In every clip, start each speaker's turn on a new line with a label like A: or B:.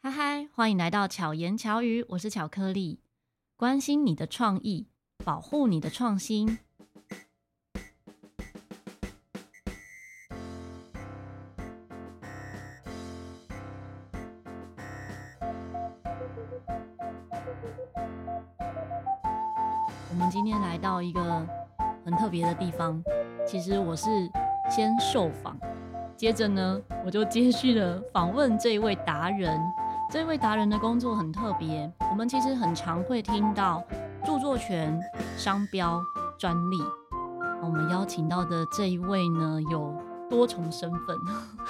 A: 嗨，欢迎来到巧言巧语，我是巧克力，关心你的创意，保护你的创新。我们今天来到一个很特别的地方，其实我是先受访，接着呢，我就接续了访问这位达人。这位达人的工作很特别，我们其实很常会听到著作权、商标、专利。我们邀请到的这一位呢，有多重身份，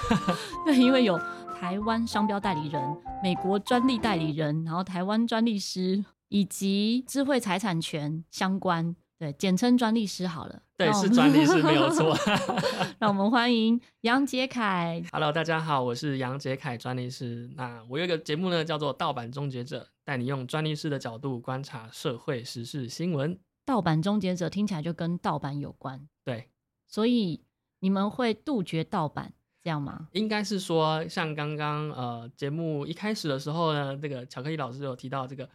A: 对，因为有台湾商标代理人、美国专利代理人，然后台湾专利师，以及智慧财产权相关，对，简称专利师好了。
B: 对，
A: 那我
B: 是
A: 们
B: 专利是没有 错。
A: 让我们欢迎杨杰凯。
B: Hello，大家好，我是杨杰凯专利师。那我有一个节目呢，叫做《盗版终结者》，带你用专利师的角度观察社会时事新闻。
A: 盗版终结者听起来就跟盗版有关，
B: 对，
A: 所以你们会杜绝盗版，这样吗？
B: 应该是说，像刚刚呃节目一开始的时候呢，这个巧克力老师有提到这个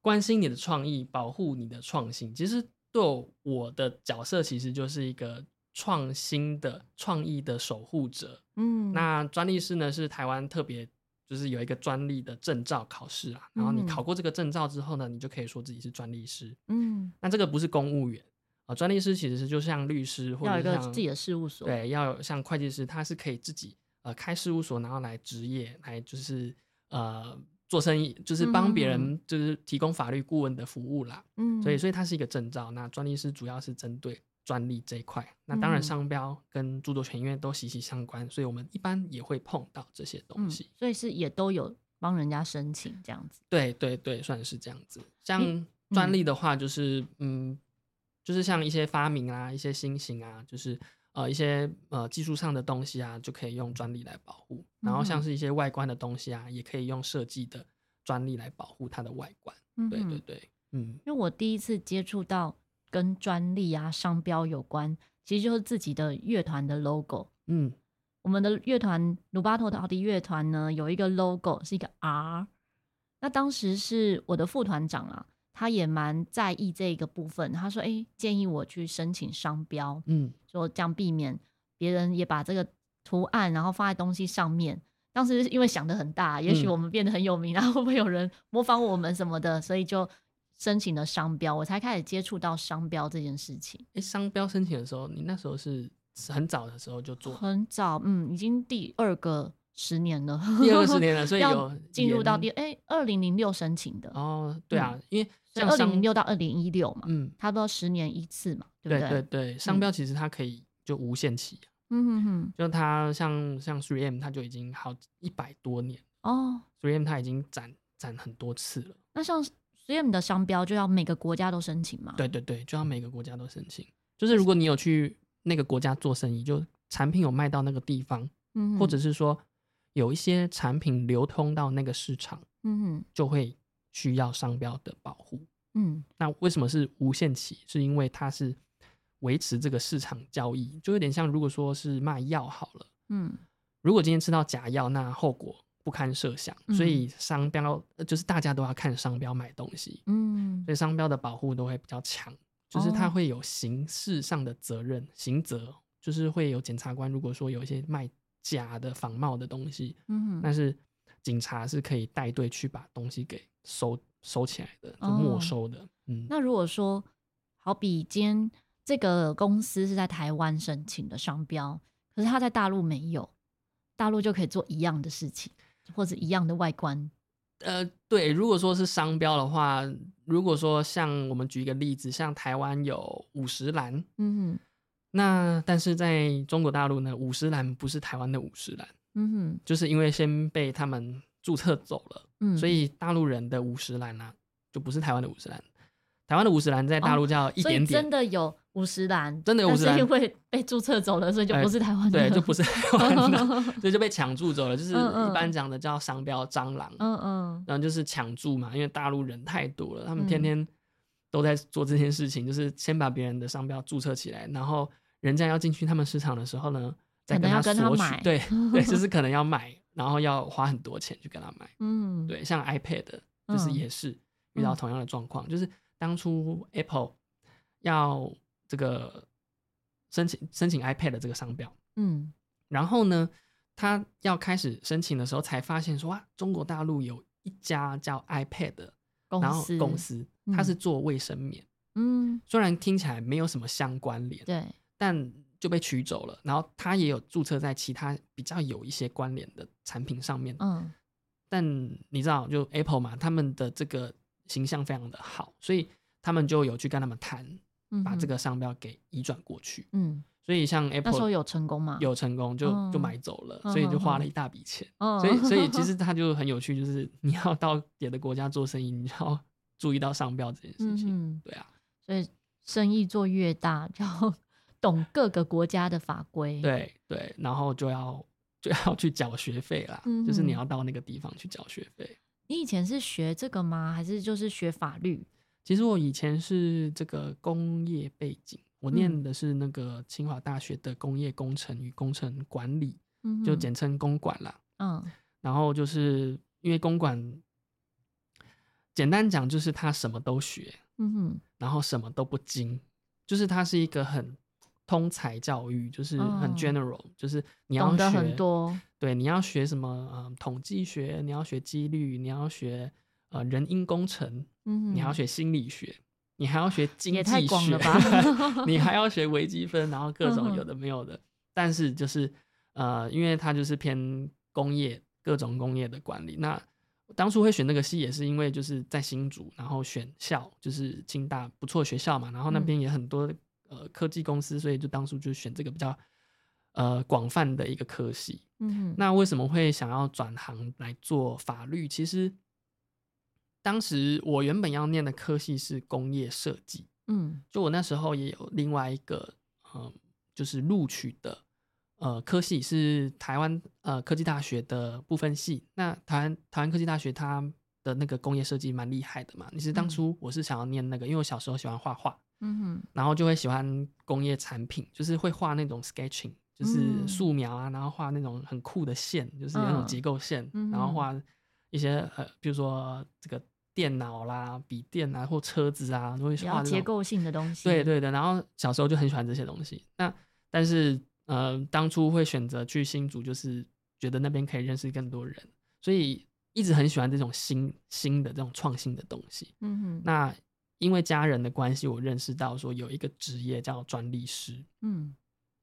B: 关心你的创意，保护你的创新。其实对我的角色，其实就是一个创新的创意的守护者。
A: 嗯，
B: 那专利师呢是台湾特别，就是有一个专利的证照考试啊，然后你
A: 嗯
B: 考过这个证照之后呢，你就可以说自己是专利师。
A: 嗯，
B: 那这个不是公务员啊，呃专、利师其实是就像律师或
A: 要有一
B: 者
A: 个
B: 像
A: 自己的事务所，
B: 对，要有像会计师，他是可以自己呃开事务所，然后来职业，来就是呃做生意，就是帮别人就是提供法律顾问的服务啦。
A: 嗯，
B: 所以，所以它是一个证照。那专利师主要是针对专利这一块。那当然，
A: 嗯
B: 商标跟著作权因为都息息相关，所以我们一般也会碰到这些东
A: 嗯，
B: 西。
A: 所以是也都有帮人家申请这样子，
B: 对对对，算是这样子。像专利的话，就是嗯就是像一些发明啊、一些新型啊，就是呃一些呃技术上的东西啊，就可以用专利来保护。然后
A: 嗯
B: 像是一些外观的东西啊，也可以用设计的专利来保护它的外观。
A: 嗯
B: 对
A: 哼
B: 对对，嗯。
A: 因为我第一次接触到跟专利啊、商标有关，其实就是自己的乐团的 logo。
B: 嗯，
A: 我们的乐团鲁巴头陶笛乐团呢，有一个 logo 是一个 R。那当时是我的副团长啊，他也蛮在意这一个部分。他说：“哎、建议我去申请商标，
B: 嗯，
A: 说这样避免别人也把这个图案然后放在东西上面。”当时因为想的很大，也
B: 嗯
A: 许我们变得很有名，然后会不会有人模仿我们什么的，所以就申请了商标，我才开始接触到商标这件事情。
B: 诶，商标申请的时候，你那时候是很早的时候就做，
A: 很早，嗯，已经第二个十年 了，
B: 第二个十年了，所以有
A: 要进入到第
B: 延
A: 哎二零零六申请的，
B: 哦，对啊，因为
A: 所以
B: 像
A: 二
B: 商
A: 零零六到二零一六嘛，
B: 嗯，
A: 差不多十年一次嘛，对嗯
B: 对
A: 不
B: 对对，商标其实它可以就无限期，啊
A: 嗯哼哼，
B: 就它像像 3M 它就已经好一百多年
A: 哦，
B: ，3M 它已经展展很多次了，
A: 那像 CM 的商标就要每个国家都申请嘛？
B: 对对对，就要每个国家都申请，就是如果你有去那个国家做生意，就产品有卖到那个地方，
A: 嗯哼，
B: 或者是说有一些产品流通到那个市场，
A: 嗯哼
B: 就会需要商标的保护。
A: 嗯
B: 那为什么是无限期？是因为它是维持这个市场交易，就有点像如果说是卖药好了，
A: 嗯
B: 如果今天吃到假药，那后果不堪设想。
A: 嗯
B: 所以商标呃就是大家都要看商标买东西，
A: 嗯
B: 所以商标的保护都会比较强，就是它
A: 哦
B: 会有刑事上的责任、刑责，就是会有检察官如果说有一些卖假的、仿冒的东西，
A: 嗯哼，
B: 但是警察是可以带队去把东西给收收起来的，就
A: 哦
B: 没收的。嗯，
A: 那如果说好比今天这个公司是在台湾申请的商标，可是它在大陆没有，大陆就可以做一样的事情，或者一样的外观，
B: 呃，对，如果说是商标的话，如果说像我们举一个例子，像台湾有五十岚，
A: 嗯哼
B: 那但是在中国大陆呢，五十岚不是台湾的五十岚，
A: 嗯哼
B: 就是因为先被他们注册走了，
A: 嗯，
B: 所以大陆人的五十岚啊，就不是台湾的五十岚，台湾的五十岚在大陆叫一
A: 哦所
B: 点
A: 以
B: 点，
A: 真的有五十岚，
B: 真的有
A: 但
B: 五十岚哎
A: 是因为被注册走了，所以就不是台湾的、
B: 对，就不
A: 是。
B: 是台 湾的，所以就被抢注走了，就是
A: 嗯嗯
B: 一般讲的叫商标蟑螂，
A: 嗯嗯
B: 然后就是抢注嘛，因为大陆人太多了，他
A: 嗯
B: 们天天都在做这件事情，就是先把别人的商标注册起来，然后人家要进去他们市场的时候呢，再
A: 可能要
B: 他
A: 跟他
B: 索取
A: 买，
B: 对对，就是可能要买，然后要花很多钱去跟他买。
A: 嗯，，
B: 对，像 iPad 就是
A: 嗯
B: 也是遇到
A: 嗯
B: 同样的状况，就是当初 Apple 要这个申请申请 iPad 的这个商标，
A: 嗯
B: 然后呢，他要开始申请的时候才发现说哇，中国大陆有一家叫 iPad 的然后公，司，它
A: 嗯
B: 是做卫生棉，
A: 嗯，
B: 虽然听起来没有什么相关联，
A: 对，
B: 但就被取走了。然后它也有注册在其他比较有一些关联的产品上面，
A: 嗯
B: 但你知道，就 Apple 嘛，他们的这个形象非常的好，所以他们就有去跟他们谈，
A: 嗯，
B: 把这，个商标给移转过去。
A: 嗯，
B: 所以像
A: 那
B: Apple
A: 时候有成功吗？，
B: 有成功，就就
A: 嗯
B: 买走了，
A: 嗯
B: 所以就
A: 嗯
B: 花
A: 嗯
B: 了一大笔钱。
A: 哦
B: 所以，所以其实它就很有趣，就是你要到别的国家做生意，你就要 注意到商标这件事
A: 嗯
B: 情。
A: 哼，
B: 对啊，
A: 所以生意做越大，就要 懂各个国家的法规，，
B: 对对，然后就要就要去缴学费啦，就是你
A: 嗯哼
B: 要到那个地方去缴学费。
A: 你以前是学这个吗？还是就是学法律？
B: 其实我以前是这个工业背景，我念
A: 嗯
B: 的是那个清华大学的工业工程与工程管理，
A: 嗯
B: 就
A: 哼
B: 简称工管啦。
A: 嗯
B: 然后就是因为工管，简单讲就是他什么都学，
A: 嗯哼
B: 然后什么都不精，就是它是一个很通才教育，就是很
A: 哦
B: general，、就是你要
A: 懂
B: 学
A: 得很多，
B: 对，你要学什么？嗯，统计学，你要学几率，你要学呃人因工程，
A: 嗯哼，
B: 你还要学心理学，你还要学经
A: 也太
B: 济
A: 广
B: 学
A: 了吧，
B: 你还要学微积分，然后各
A: 嗯
B: 种
A: 哼
B: 有的没有的。但是就是呃，因为它就是偏工业，各种工业的管理。那当初会选那个系，也是因为就是在新竹，然后选校就是清大不错学校嘛，然后那
A: 嗯
B: 边也很多、呃科技公司，所以就当初就选这个比较呃广泛的一个科系。
A: 嗯哼，
B: 那为什么会想要转行来做法律？其实当时我原本要念的科系是工业设计，
A: 嗯
B: 就我那时候也有另外一个嗯，就是录取的呃科系是台湾呃科技大学的部分系。那台湾台湾科技大学它的那个工业设计蛮厉害的嘛。其实当
A: 嗯
B: 初我是想要念那个，因为我小时候喜欢画画，
A: 嗯哼，
B: 然后就会喜欢工业产品，就是会画那种 sketching，就是
A: 嗯
B: 素描啊，然后画那种很酷的线，就是那种
A: 嗯
B: 结构线，
A: 嗯
B: 然后画一些呃，比如说这个电脑啦、笔电啊或车子啊，都会
A: 比
B: 画
A: 较
B: 这
A: 结
B: 种
A: 构性的东西，
B: 对，对的，然后小时候就很喜欢这些东西。那但是呃，当初会选择去新竹，就是觉得那边可以认识更多人，所以一直很喜欢这种新新的这种创新的东西。
A: 嗯哼，
B: 那因为家人的关系，我认识到说有一个职业叫专利师，因
A: 嗯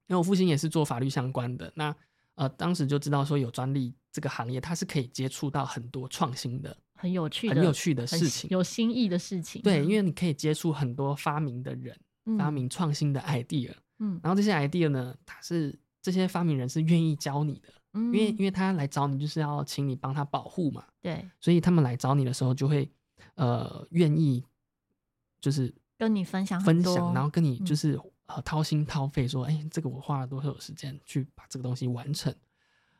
B: 为我父亲也是做法律相关的。那呃，当时就知道说有专利这个行业，它是可以接触到很多创新的、
A: 很有趣的，
B: 很有趣的
A: 很
B: 事情。
A: 有新意的事情，
B: 对，因为你可以接触很多发明的人、
A: 为
B: 发，明创新的 idea，
A: 嗯
B: 然后这些 idea 呢，它是这些发明人是愿意教你的，
A: 嗯，
B: 因为因为他来找你就是要请你帮他保护嘛。
A: 对，
B: 所以他们来找你的时候，就会呃愿意就是
A: 跟你分享很
B: 分
A: 多
B: 享，然后跟你就
A: 嗯
B: 是、呃掏心掏肺说，哎、这个我花了多少时间去把这个东西完成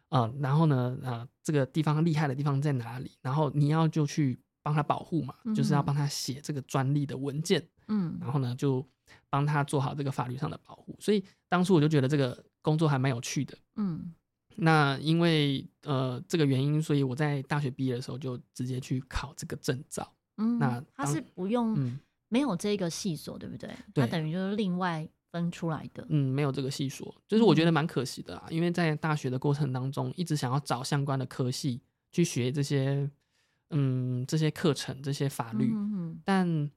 B: 啊、呃然后呢，呃，这个地方厉害的地方在哪里？然后你要就去帮他保护嘛，就是要
A: 嗯
B: 帮他写这个专利的文件，
A: 嗯
B: 然后呢就帮他做好这个法律上的保护。所以当初我就觉得这个工作还蛮有趣的。
A: 嗯
B: 那因为呃这个原因，所以我在大学毕业的时候就直接去考这个证照。
A: 嗯，
B: 那
A: 它
B: 当
A: 是不用
B: 嗯
A: 没有这个细所，对不对？
B: 对
A: 它等于就是另外分出来的，
B: 嗯，没有这个系所，就是我觉
A: 嗯
B: 得蛮可惜的啦。因为在大学的过程当中，一直想要找相关的科系去学这些，嗯，这些课程、这些法律，
A: 嗯
B: 但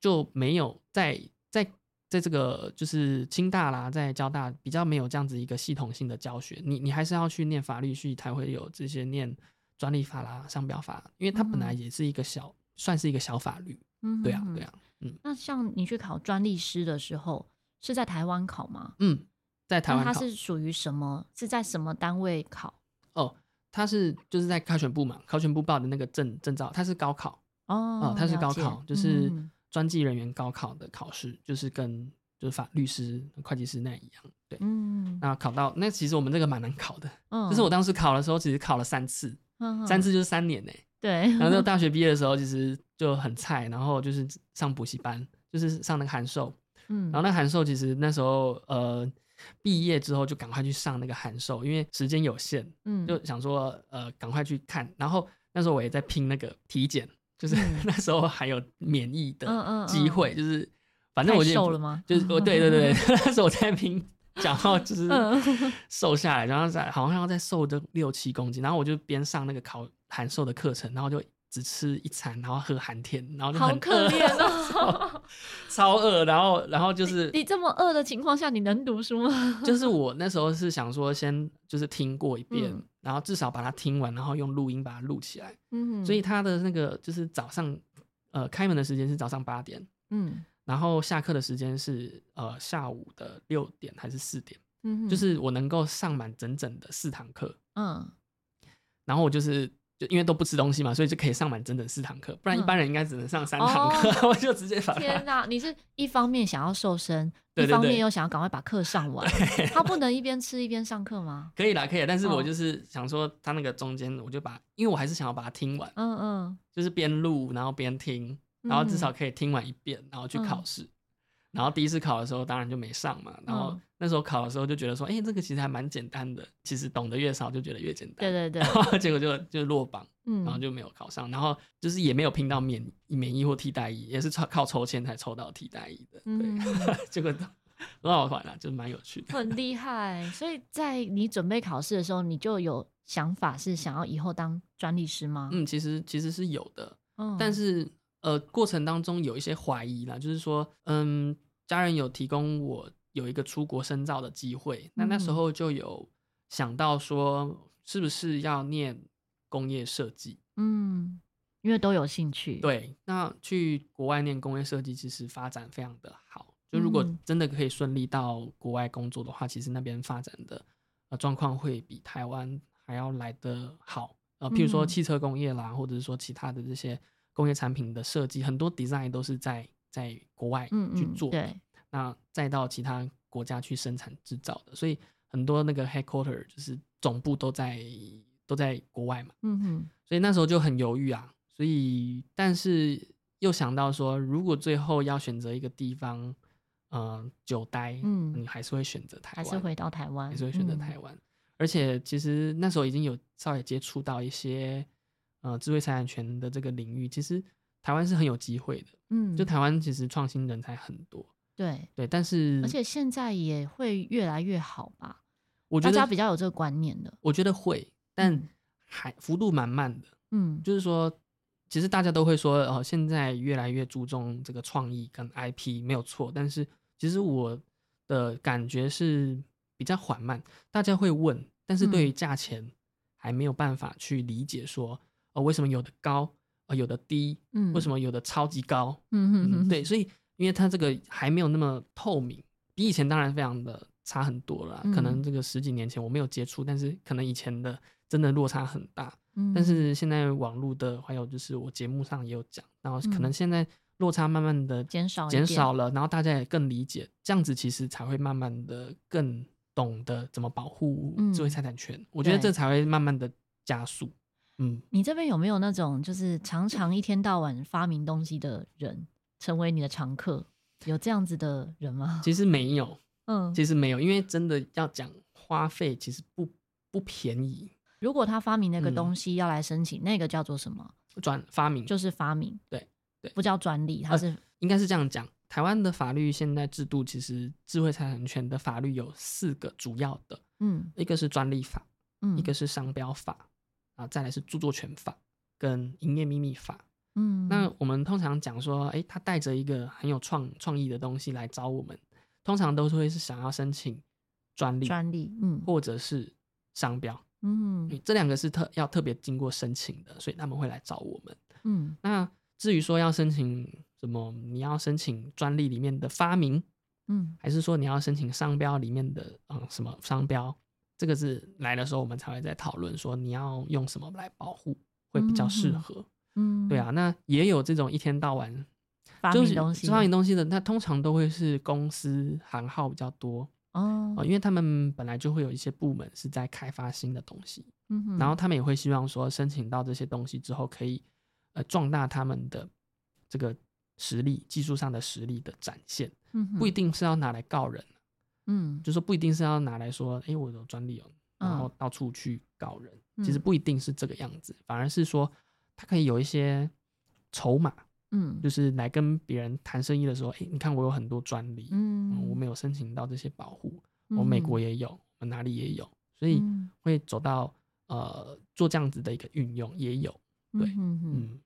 B: 就没有在在在这个就是清大啦，在交大比较没有这样子一个系统性的教学。你你还是要去念法律系才会有这些念专利法啦、商标法，因为它本来
A: 嗯
B: 也是一个小，算是一个小法律。
A: 嗯，
B: 对啊，
A: 嗯
B: 对。啊，
A: 那像你去考专利师的时候，是在台湾考吗？
B: 嗯，在台
A: 那
B: 湾
A: 它
B: 考
A: 是属于什么？是在什么单位考？
B: 哦，它是就是在考选部嘛，考选部报的那个证证照，它是高考
A: 哦
B: 哦，，它是
A: 了
B: 高
A: 解
B: 考，就是
A: 嗯
B: 专技人员高考的考试，就是跟就是法律师、会计师那一样。对，
A: 嗯，
B: 那考到那其实我们这个蛮难考的，
A: 嗯
B: 就是我当时考的时候，其实考了三次，
A: 嗯
B: 三
A: 嗯
B: 次就是三年呢、
A: 对，
B: 然后到大学毕业的时候，其实就很菜，然后就是上补习班，就是上那个函授，
A: 嗯，
B: 然后那个函授其实那时候呃毕业之后就赶快去上那个函授，因为时间有限，
A: 嗯，
B: 就想说呃赶快去看。然后那时候我也在拼那个体检，就是
A: 嗯
B: 那时候还有免疫的
A: 嗯
B: 机会，就是反正
A: 太
B: 我就
A: 瘦了吗？
B: 就是我对对对，对 那时候我在拼，然后就是
A: 嗯
B: 瘦下来，然后再好像要再瘦的六七公斤，然后我就边上那个考函授的课程，然后就只吃一餐，然后喝寒天，然后就
A: 好
B: 很
A: 可
B: 饿
A: 怜哦！
B: 超饿，然后然后就是
A: 你这么饿的情况下，你能读书吗？
B: 就是我那时候是想说先就是听过一遍，
A: 嗯
B: 然后至少把它听完，然后用录音把它录起来，
A: 嗯，
B: 所以他的那个就是早上呃开门的时间是早上八点，
A: 嗯
B: 然后下课的时间是呃下午的六点还是四点。
A: 嗯，
B: 就是我能够上满整整的四堂课，
A: 嗯
B: 然后我就是就因为都不吃东西嘛，所以就可以上满整整四堂课，不然
A: 嗯
B: 一
A: 哦
B: 般人应该只能上三堂课， 我就直接 把
A: 天
B: 它。
A: 哪、你是一方面想要瘦身，
B: 对对
A: 一方
B: 对
A: 面又想要赶快把课上完，他不能一边吃一边上课吗？
B: 可以啦，可以啦，但是
A: 哦
B: 我就是想说，他那个中间我就把，因为我还是想要把它听完，
A: 嗯嗯，
B: 就是边录然后边听，然后至少可以听完一遍，然后去
A: 嗯
B: 考试。然后第一次考的时候，当然就没上嘛。然后
A: 嗯
B: 那时候考的时候就觉得说，哎、这个其实还蛮简单的。其实懂得越少，就觉得越简
A: 对对
B: 单。
A: 对
B: 然，后 结果就就落榜。
A: 嗯，
B: 然后就没有考上，然后就是也没有拼到免免疫或替代役，也是靠靠抽签才抽到替代役的， 对，
A: 嗯，
B: 结 果很好玩啊，就是蛮有趣的。
A: 很厉害。所以在你准备考试的时候，你就有想法是想要以后当专利师吗？
B: 嗯，其实其实是有的，
A: 嗯
B: 但是呃，过程当中有一些怀疑啦，就是说，嗯，家人有提供我有一个出国深造的机会，那那时
A: 嗯
B: 候就有想到说，是不是要念工业设计？
A: 嗯，因为都有兴趣，，
B: 对，那去国外念工业设计，其实发展非常的好。就如果
A: 嗯
B: 真的可以顺利到国外工作的话，其实那边发展的呃状况会比台湾还要来得好。呃，譬如说
A: 嗯
B: 汽车工业啦，或者是说其他的这些工业产品的设计，很多 design 都是在在国外
A: 嗯嗯，
B: 去做的，
A: 对，
B: 那再到其他国家去生产制造的，所以很多那个 headquarter 就是总部都在都在国外嘛。
A: 嗯哼，
B: 所以那时候就很犹豫啊。所以，但是又想到说，如果最后要选择一个地方，呃，久待，
A: 嗯
B: 你还是会选择台
A: 还
B: 湾，
A: 是回到台湾，
B: 还是会选择
A: 嗯
B: 台湾。而且，其实那时候已经有稍微接触到一些，呃，智慧财产权的这个领域，其实台湾是很有机会的。
A: 嗯，
B: 就台湾其实创新人才很多，
A: 对，
B: 对，但是
A: 而且现在也会越来越好吧？
B: 我觉
A: 大家比
B: 得，
A: 较有这个观念了，
B: 我觉得会，但
A: 嗯
B: 还幅度蛮慢的。
A: 嗯
B: 就是说，其实大家都会说，哦，现在越来越注重这个创意跟 IP，没有错。但是其实我的感觉是比较缓慢，大家会问，但是
A: 嗯
B: 对于价钱还没有办法去理解说，哦，为什么有的高，呃，有的低，
A: 嗯，
B: 为什么有的超级高？
A: 嗯哼
B: 嗯，
A: 哼，
B: 对，所以因为它这个还没有那么透明，比以前当然非常的差很多了啦。可能
A: 嗯
B: 这个十几年前我没有接触，但是可能以前的真的落差很大。
A: 嗯，
B: 但是现在网络的，还有就是我节目上也有讲，然后可能
A: 嗯
B: 现在落差慢慢的
A: 减少一
B: 减
A: 点
B: 少了，然后大家也更理解，这样子其实才会慢慢的更懂得怎么保护智
A: 嗯
B: 慧财产权。我觉得
A: 对
B: 这才会慢慢的加速。嗯，
A: 你这边有没有那种就是常常一天到晚发明东西的人成为你的常客？有这样子的人吗？
B: 其实没有，
A: 嗯，
B: 其实没有，因为真的要讲花费，其实不不便宜。
A: 如果他发明那个
B: 嗯
A: 东西要来申请，那个叫做什么？
B: 转发明
A: 就是发明，
B: 对对
A: 不叫专利，它
B: 呃
A: 是
B: 应该是这样讲，台湾的法律现在制度其实智慧财产权的法律有四个主要的，
A: 嗯
B: 一个是专利法，
A: 嗯
B: 一个是商标法，啊，再来是著作权法跟营业秘密法。
A: 嗯
B: 那我们通常讲说，诶，他带着一个很有创创意的东西来找我们，通常都是会是想要申请专利
A: 专利，嗯
B: 或者是商标，
A: 嗯
B: 嗯这两个是特要特别经过申请的，所以他们会来找我们。
A: 嗯
B: 那至于说要申请什么，你要申请专利里面的发明，
A: 嗯
B: 还是说你要申请商标里面的嗯什么商标？这个是来的时候我们才会在讨论说你要用什么来保护会比较适
A: 嗯
B: 合。
A: 嗯，
B: 对啊，，那也有这种一天到晚
A: 发
B: 就
A: 明
B: 是
A: 东西，
B: 发明东西的，那通常都会是公司行号比较多
A: 哦
B: 啊、呃因为他们本来就会有一些部门是在开发新的东西，
A: 嗯哼，
B: 然后他们也会希望说申请到这些东西之后，可以呃壮大他们的这个实力，技术上的实力的展现，
A: 嗯哼
B: 不一定是要拿来告人，
A: 嗯
B: 就说不一定是要拿来说，哎、我有专利哦，然后
A: 嗯
B: 到处去搞人，
A: 嗯
B: 其实不一定是这个样子，反而是说他可以有一些筹码，
A: 嗯
B: 就是来跟别人谈生意的时候，哎、你看我有很多专利，嗯，
A: 嗯
B: 我们有申请到这些保护，我美国也有，我哪里也有，所以
A: 嗯
B: 会走到呃做这样子的一个运用也有，对
A: 嗯哼哼
B: 嗯，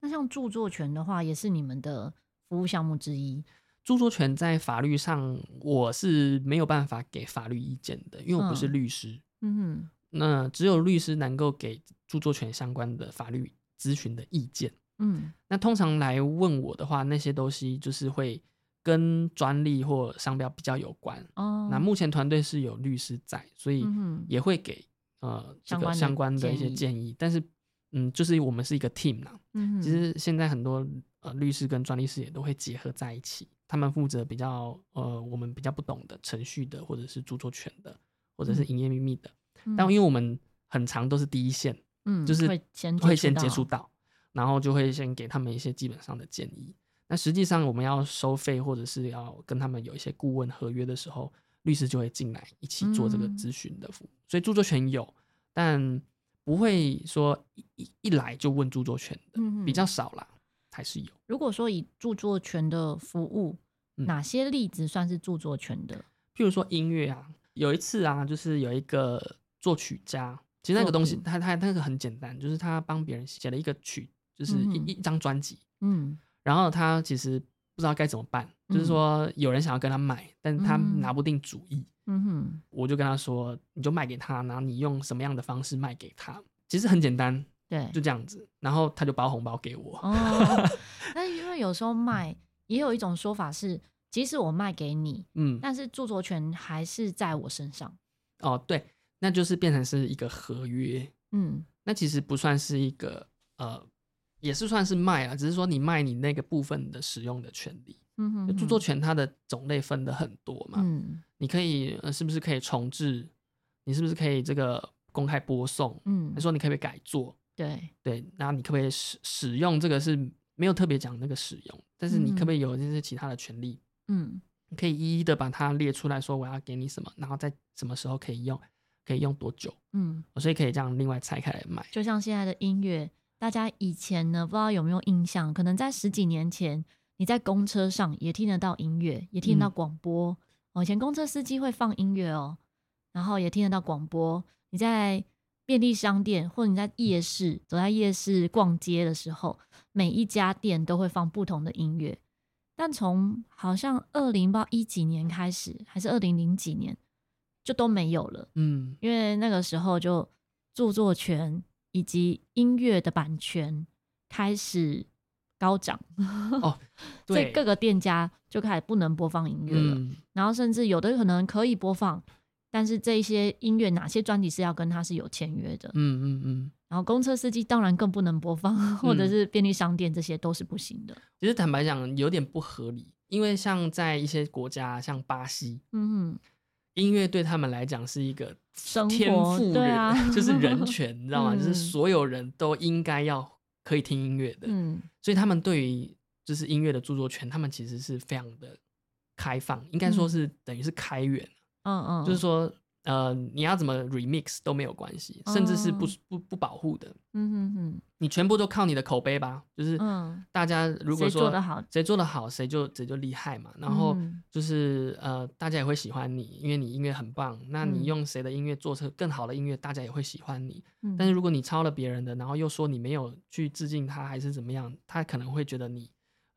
A: 那像著作权的话，也是你们的服务项目之一。
B: 著作权在法律上我是没有办法给法律意见的，因为我不是
A: 嗯
B: 律师，
A: 嗯
B: 那只有律师能够给著作权相关的法律咨询的意见。
A: 哼嗯
B: 那通常来问我的话，那些东西就是会跟专利或商标比较有关。
A: 哦，
B: 那目前团队是有律师在，所以
A: 嗯哼
B: 也会给呃这
A: 相
B: 个
A: 关的
B: 相关的一些
A: 建议
B: 建议。但是，嗯，就是我们是一个 team 啦。
A: 嗯哼
B: 其实现在很多呃律师跟专利师也都会结合在一起，他们负责比较呃我们比较不懂的程序的，或者是著作权的，或者是
A: 嗯
B: 营业秘密的。
A: 嗯
B: 但因为我们很长都是第一线，
A: 嗯
B: 就是
A: 会先
B: 会先接
A: 到
B: 触到，然后就会先给他们一些基本上的建议。那实际上我们要收费或者是要跟他们有一些顾问合约的时候，律师就会进来一起做这个
A: 嗯
B: 咨询的服务。所以著作权有，但不会说一一一来就问著作权的，
A: 嗯
B: 比较
A: 哼
B: 少啦，还是有。
A: 如果说以著作权的服务，
B: 嗯
A: 哪些例子算是著作权的？
B: 譬如说音乐啊，有一次啊，就是有一个作曲家，其实那个
A: 作
B: 东西，
A: 品
B: 他他那个很简单，就是他帮别人写了一个曲，就是一、
A: 嗯哼
B: 一张专辑，
A: 嗯
B: 然后他其实不知道该怎么办，就
A: 嗯
B: 是说有人想要跟他买，但他
A: 嗯
B: 拿不定主意，
A: 嗯哼，
B: 我就跟他说，你就卖给他，然后你用什么样的方式卖给他，其实很简单，
A: 对
B: 就，这样子，然后他就包红包给我，
A: 哦， 那因为有时候卖也有一种说法是，即使我卖给你，
B: 嗯，
A: 但是著作权还是在我身上。
B: 哦对，那就是变成是一个合约，
A: 嗯
B: 那其实不算是一个呃，也是算是卖啊，只是说你卖你那个部分的使用的权利。
A: 嗯哼
B: 就
A: 哼，
B: 著作权它的种类分的很多嘛，
A: 嗯
B: 你可以、呃、是不是可以重置？你是不是可以这个公开播送？
A: 嗯
B: 还，说你可不可以改作？
A: 对，
B: 对，然后你可不可以使使用这个是没有特别讲那个使用，但是你可不可以有这些其他的权利？
A: 嗯
B: 你可以一一的把它列出来，说我要给你什么，然后在什么时候可以用，可以用多久，
A: 嗯，
B: 所以可以这样另外拆开来卖。
A: 就像现在的音乐，大家以前呢，不知道有没有印象，可能在十几年前，你在公车上也听得到音乐，也听得到
B: 嗯
A: 广播。哦，以前公车司机会放音乐哦，然后也听得到广播。你在便利商店或者你在夜市走在夜市逛街的时候，每一家店都会放不同的音乐。但从好像二零不知道一几年开始，还是二零零几年，就都没有了。
B: 嗯，
A: 因为那个时候就著作权以及音乐的版权开始高涨，
B: 哦
A: 所
B: 对，
A: 以各个店家就开始不能播放音乐了。
B: 嗯
A: 然后甚至有的可能可以播放，但是这一些音乐哪些专辑是要跟他是有签约的。
B: 嗯嗯嗯，
A: 然后公车司机当然更不能播放，或者是便利商店这些都是不行的。
B: 其实坦白讲，有点不合理，因为像在一些国家，像巴西，
A: 嗯哼，
B: 音乐对他们来讲是一个
A: 生
B: 天
A: 活
B: 赋
A: 对
B: 人，
A: 啊
B: 就是 人权，你知道吗？就是
A: 嗯
B: 所有人都应该要可以听音乐的，
A: 嗯
B: 所以他们对于就是音乐的著作权，他们其实是非常的开放，应该说是等于是开源，
A: 嗯嗯，
B: 就是说。呃，你要怎么 remix 都没有关系，甚至是不、
A: 哦
B: 不不保护的，
A: 嗯哼哼，
B: 你全部都靠你的口碑吧。就是
A: 嗯
B: 大家如果
A: 谁
B: 说
A: 做得好
B: 谁做得好，谁就谁就厉害嘛。然后
A: 嗯
B: 就是、呃，大家也会喜欢你，因为你音乐很棒。那
A: 嗯
B: 你用谁的音乐做出更好的音乐，大家也会喜欢你。
A: 嗯
B: 但是如果你抄了别人的，然后又说你没有去致敬他，还是怎么样，他可能会觉得你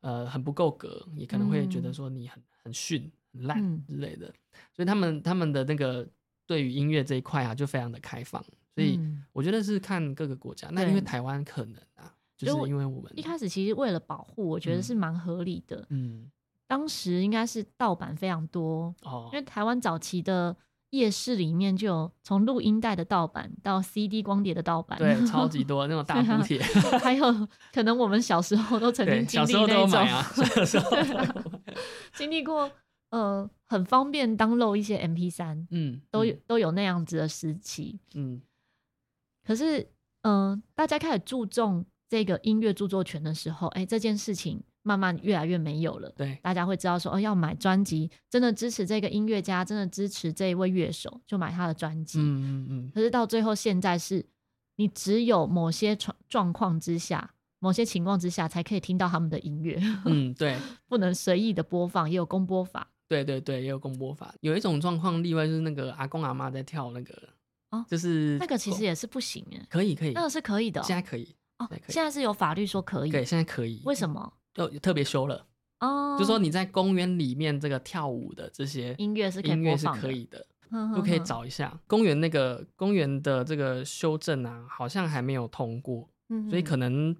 B: 呃很不够格，也可能会觉得
A: 嗯
B: 说你很很逊、很烂
A: 嗯
B: 之类的。所以他们他们的那个对于音乐这一块啊，就非常的开放。所以
A: 嗯
B: 我觉得是看各个国家。那因
A: 对
B: 为台湾可能啊，就
A: 所以我
B: 是因为我们
A: 一开始其实为了保护，我觉得是蛮合理的。
B: 嗯
A: 当时应该是盗版非常多，
B: 哦
A: 因为台湾早期的夜市里面就有从录音带的盗版到 CD 光碟的盗版，
B: 对，超级多那 种大
A: 对啊
B: 补贴，
A: 还 有可能我们小时候都曾
B: 对，
A: 经经
B: 小时候
A: 历
B: 都
A: 那
B: 有
A: 种，
B: 买啊，小 时候都有买，啊
A: 经历过呃很方便 download 一些 MP 三，
B: 嗯，
A: 都有、都有那样子的时期。
B: 嗯，
A: 可是嗯、呃大家开始注重这个音乐著作权的时候，哎、这件事情慢慢越来越没有了。
B: 对
A: 大家会知道说，哦，要买专辑，真的支持这个音乐家，真的支持这一位乐手，就买他的专辑。
B: 嗯嗯嗯，
A: 可是到最后，现在是你只有某些状状况之下、某些情况之下，才可以听到他们的音乐，
B: 嗯，对
A: 不能随意的播放，也有公播法。
B: 对对对，也有公播法。有一种状况例外就是那个阿公阿妈在跳那个，
A: 哦
B: 就是
A: 那个其实也是不行哎，
B: 可以可以，
A: 那个是可以的哦、
B: 现在可以，
A: 哦
B: 现在可以
A: 现在是有法律说可以，
B: 对，现在可以，
A: 为什么？
B: 就特别修了，
A: 哦，
B: 就说你在公园里面这个跳舞的这些
A: 音乐是可以
B: 音乐
A: 播
B: 是
A: 放的嗯
B: 可以的，
A: 哼哼
B: 就可以
A: 哼
B: 找一下公园那个公园的这个修正啊，好像还没有通过，
A: 嗯
B: 所以
A: 哼
B: 可能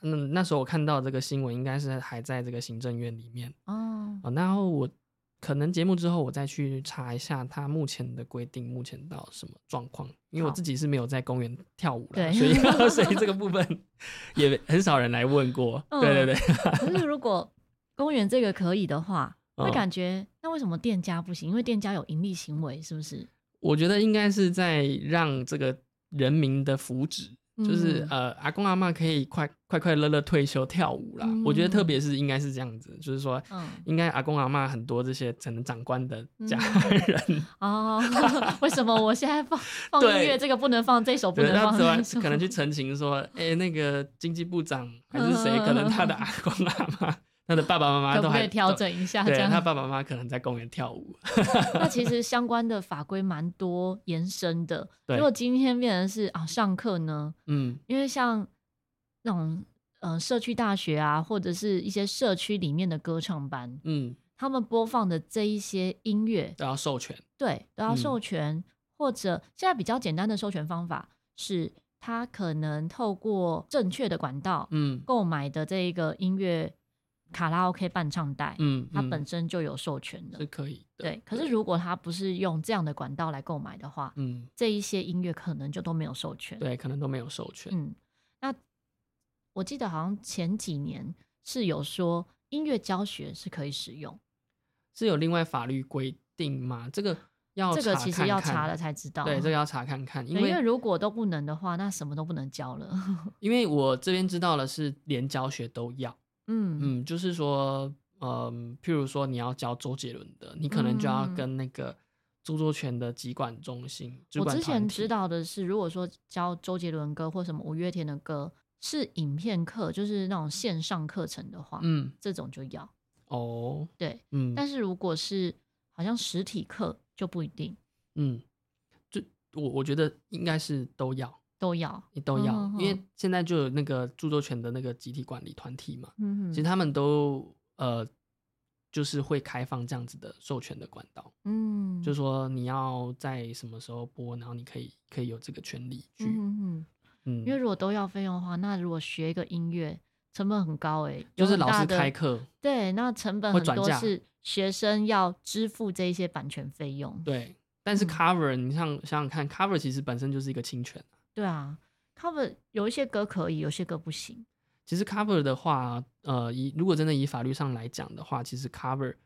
B: 嗯那时候我看到这个新闻，应该是还在这个行政院里面
A: 哦，
B: 啊。然后我可能节目之后我再去查一下它目前的规定，目前到什么状况，因为我
A: 好
B: 自己是没有在公园跳舞
A: 对
B: 的，所 以所以这个部分也很少人来问过。
A: 嗯
B: 对对对，
A: 可是如 果公园这个可以的话，会
B: 嗯
A: 感觉那为什么店家不行？因为店家有盈利行为，是不是？
B: 我觉得应该是在让这个人民的福祉，就是、
A: 嗯
B: 呃，阿公阿嬷可以快快快乐乐退休跳舞啦。
A: 嗯
B: 我觉得特别是应该是这样子，就是说，
A: 嗯
B: 应该阿公阿嬷很多这些可能长官的家
A: 嗯
B: 人，
A: 哦， 为什么我现在 放放音
B: 对
A: 乐，这个不能放，这首不
B: 对，
A: 能
B: 他
A: 放，
B: 昨晚
A: 那首
B: 可能去澄清说，哎、那个经济部长还是谁，可能他的阿公阿嬷、他的爸爸妈妈
A: 可
B: 都
A: 不可
B: 还
A: 以调。整一下？这
B: 对他
A: 样，
B: 爸爸妈妈可能在公园跳舞，
A: 那其实相关的法规蛮多延伸的。
B: 对
A: 如果今天变成是啊上课呢，
B: 嗯，
A: 因为像那种呃社区大学啊，或者是一些社区里面的歌唱班，
B: 嗯，
A: 他们播放的这一些音乐，
B: 都要授权，
A: 对，都要
B: 嗯
A: 授权，或者现在比较简单的授权方法是，他可能透过正确的管道
B: 嗯
A: 购买的这一个音乐卡拉 OK 伴唱带，
B: 嗯，
A: 它
B: 嗯
A: 本身就有授权的
B: 是。可以的，
A: 对，可是如果他不是用这样的管道来购买的话，
B: 嗯，
A: 这一些音乐可能就都没有授权。
B: 对，可能都没有授权，
A: 嗯，那我记得好像前几年是有说音乐教学是可以使用，
B: 是有另外法律规定吗？这个要
A: 这个
B: 查
A: 其实
B: 看
A: 要
B: 看
A: 查了，才知道。啊
B: 对，这个要查看看，因
A: 对因为
B: 为
A: 如果都不能的话，那什么都不能教了。 嗯
B: 因为我这边知道的是连教学都要，
A: 嗯
B: 嗯，就是说，嗯，譬如说你要教周杰伦的，你可能就要
A: 嗯
B: 跟那个著作权的籍管中心，主
A: 我
B: 管
A: 之前
B: 团体
A: 知道的是，如果说教周杰伦歌或什么五月天的歌是影片课，就是那种线上课程的话，
B: 嗯，
A: 这种就要
B: 哦，
A: 对。
B: 嗯，
A: 但是如果是好像实体课就不一定
B: 嗯，就我我觉得应该是都要，
A: 都要。
B: 你都要，
A: 嗯嗯嗯
B: 因为现在就有那个著作权的那个集体管理团体嘛，
A: 嗯
B: 其实
A: 哼，
B: 他们都呃，就是会开放这样子的授权的管道，
A: 嗯，
B: 就是说你要在什么时候播，然后你可以可以有这个权利去，
A: 嗯哼哼
B: 嗯，
A: 因为如果都要费用的话，那如果学一个音乐成本很高哎、欸，有
B: 就是
A: 很
B: 老
A: 大
B: 师
A: 的
B: 开课，
A: 对，那成本
B: 会
A: 很
B: 转
A: 多
B: 嫁
A: 是学生要支付这一些版权费用。
B: 对，但是
A: 嗯
B: cover、你像想想看，cover 其实本身就是一个侵权。
A: 对啊，cover 有一些歌可以，有些歌不行。
B: 其实 cover 的话，呃，以如果真的以法律上来讲的话，其实 cover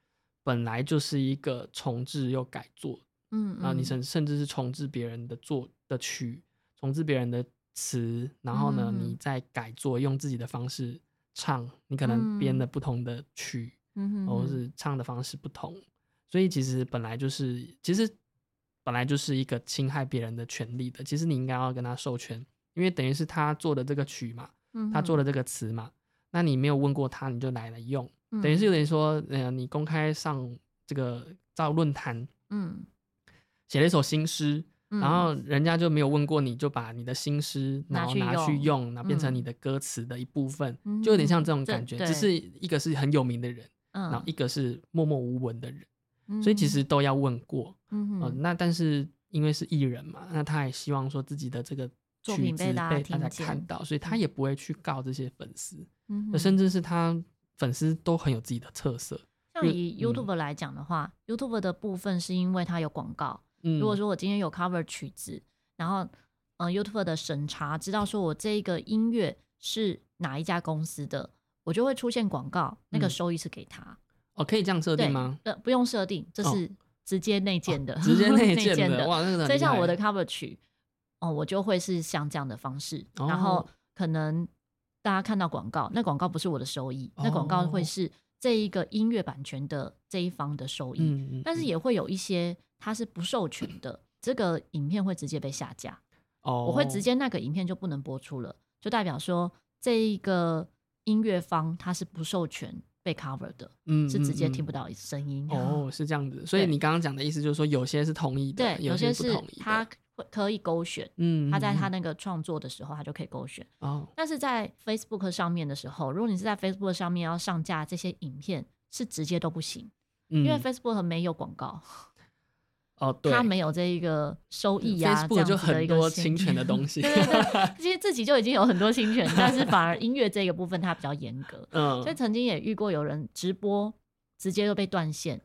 B: 本来就是一个重置又改作
A: 嗯
B: 啊，你
A: 嗯
B: 甚甚至是重置别人的作的曲，重置别人的词，然后呢，
A: 嗯
B: 你再改作，用自己的方式唱，你可能编了不同的曲，
A: 嗯哼
B: 哦或
A: 哼
B: 者是唱的方式不同，所以其实本来就是，其实本来就是一个侵害别人的权利的。其实你应该要跟他授权，因为等于是他做的这个曲嘛，
A: 嗯
B: 他做，的这个词嘛，那你没有问过他，你就来了用，
A: 嗯哼
B: 等于是有点说，呃，你公开上这个到论坛
A: 嗯，
B: 写了一首新诗，
A: 嗯
B: 然后人家就没有问过你，就把你的新诗
A: 拿
B: 然后
A: 去
B: 拿去
A: 用
B: 用，然后变成你
A: 嗯
B: 的歌词的一部分，就有点像这种
A: 这
B: 感觉，
A: 嗯对
B: 只是一个是很有名的人，然后
A: 嗯
B: 一个是默默无闻的人，所以其实都要问过。
A: 嗯
B: 嗯、
A: 哼
B: 那但是因为是艺人嘛，那他也希望说自己的这个
A: 作
B: 曲
A: 品被
B: 子
A: 大家
B: 被大
A: 听
B: 家
A: 见
B: 看到，所以他也不会去告这些粉丝，
A: 嗯
B: 那
A: 哼
B: 甚至是他粉丝都很有自己的特色。
A: 像
B: 如
A: 以 YouTube 来讲的话、y o u t u b e 的部分是因为它有广告。
B: 嗯，
A: 如果说我今天有 cover 曲子，然后嗯、呃 YouTube 的审查知道说我这一个音乐是哪一家公司的，我就会出现广告，那个
B: 嗯
A: 收益是给他。
B: 哦，可以这样设
A: 对
B: 定吗？
A: 呃，不用设定，这
B: 哦
A: 是直接内建的，
B: 直接 内
A: 建
B: 建的，哇，那个很
A: 所以
B: 厉
A: 像
B: 害欸
A: 我的 cover 曲，哦，我就会是像这样的方式，然
B: 哦
A: 后可能大家看到广告，那广告不是我的收益，那广告会
B: 哦
A: 是这一个音乐版权的这一方的收益。
B: 嗯嗯，
A: 但是
B: 嗯
A: 也会有一些它是不授权的，这个影片会直接被下架，
B: 哦，
A: 我会直接那个影片就不能播出了，就代表说这一个音乐方它是不授权被 cover 的，
B: 嗯
A: 是直接听不。
B: 嗯嗯
A: 到声音。
B: 哦，是这样子，所以
A: 对
B: 你刚刚讲的意思就是说，有些是同意的
A: 对，，有
B: 些
A: 些
B: 不
A: 是
B: 同意的。
A: 他会可以勾选，
B: 嗯，
A: 他在他
B: 嗯
A: 那个创作的时候，他就可以勾选。
B: 嗯哦，
A: 但是在 Facebook 上面的时候，如果你是在 Facebook 上面要上架这些影片，是直接都不行，因
B: 因
A: 为 Facebook 没有广告。
B: 嗯哦对，
A: 他没有这一个收益啊
B: Facebook
A: 这
B: 就
A: 样子的
B: 很
A: 一个
B: 多
A: 行
B: 侵 权的东西。
A: 对对对，其实自己就已经有很多侵权，但是 反而音乐这个部分它比较严格，
B: 嗯，
A: 所以曾经也遇过有人直播直接就被断线，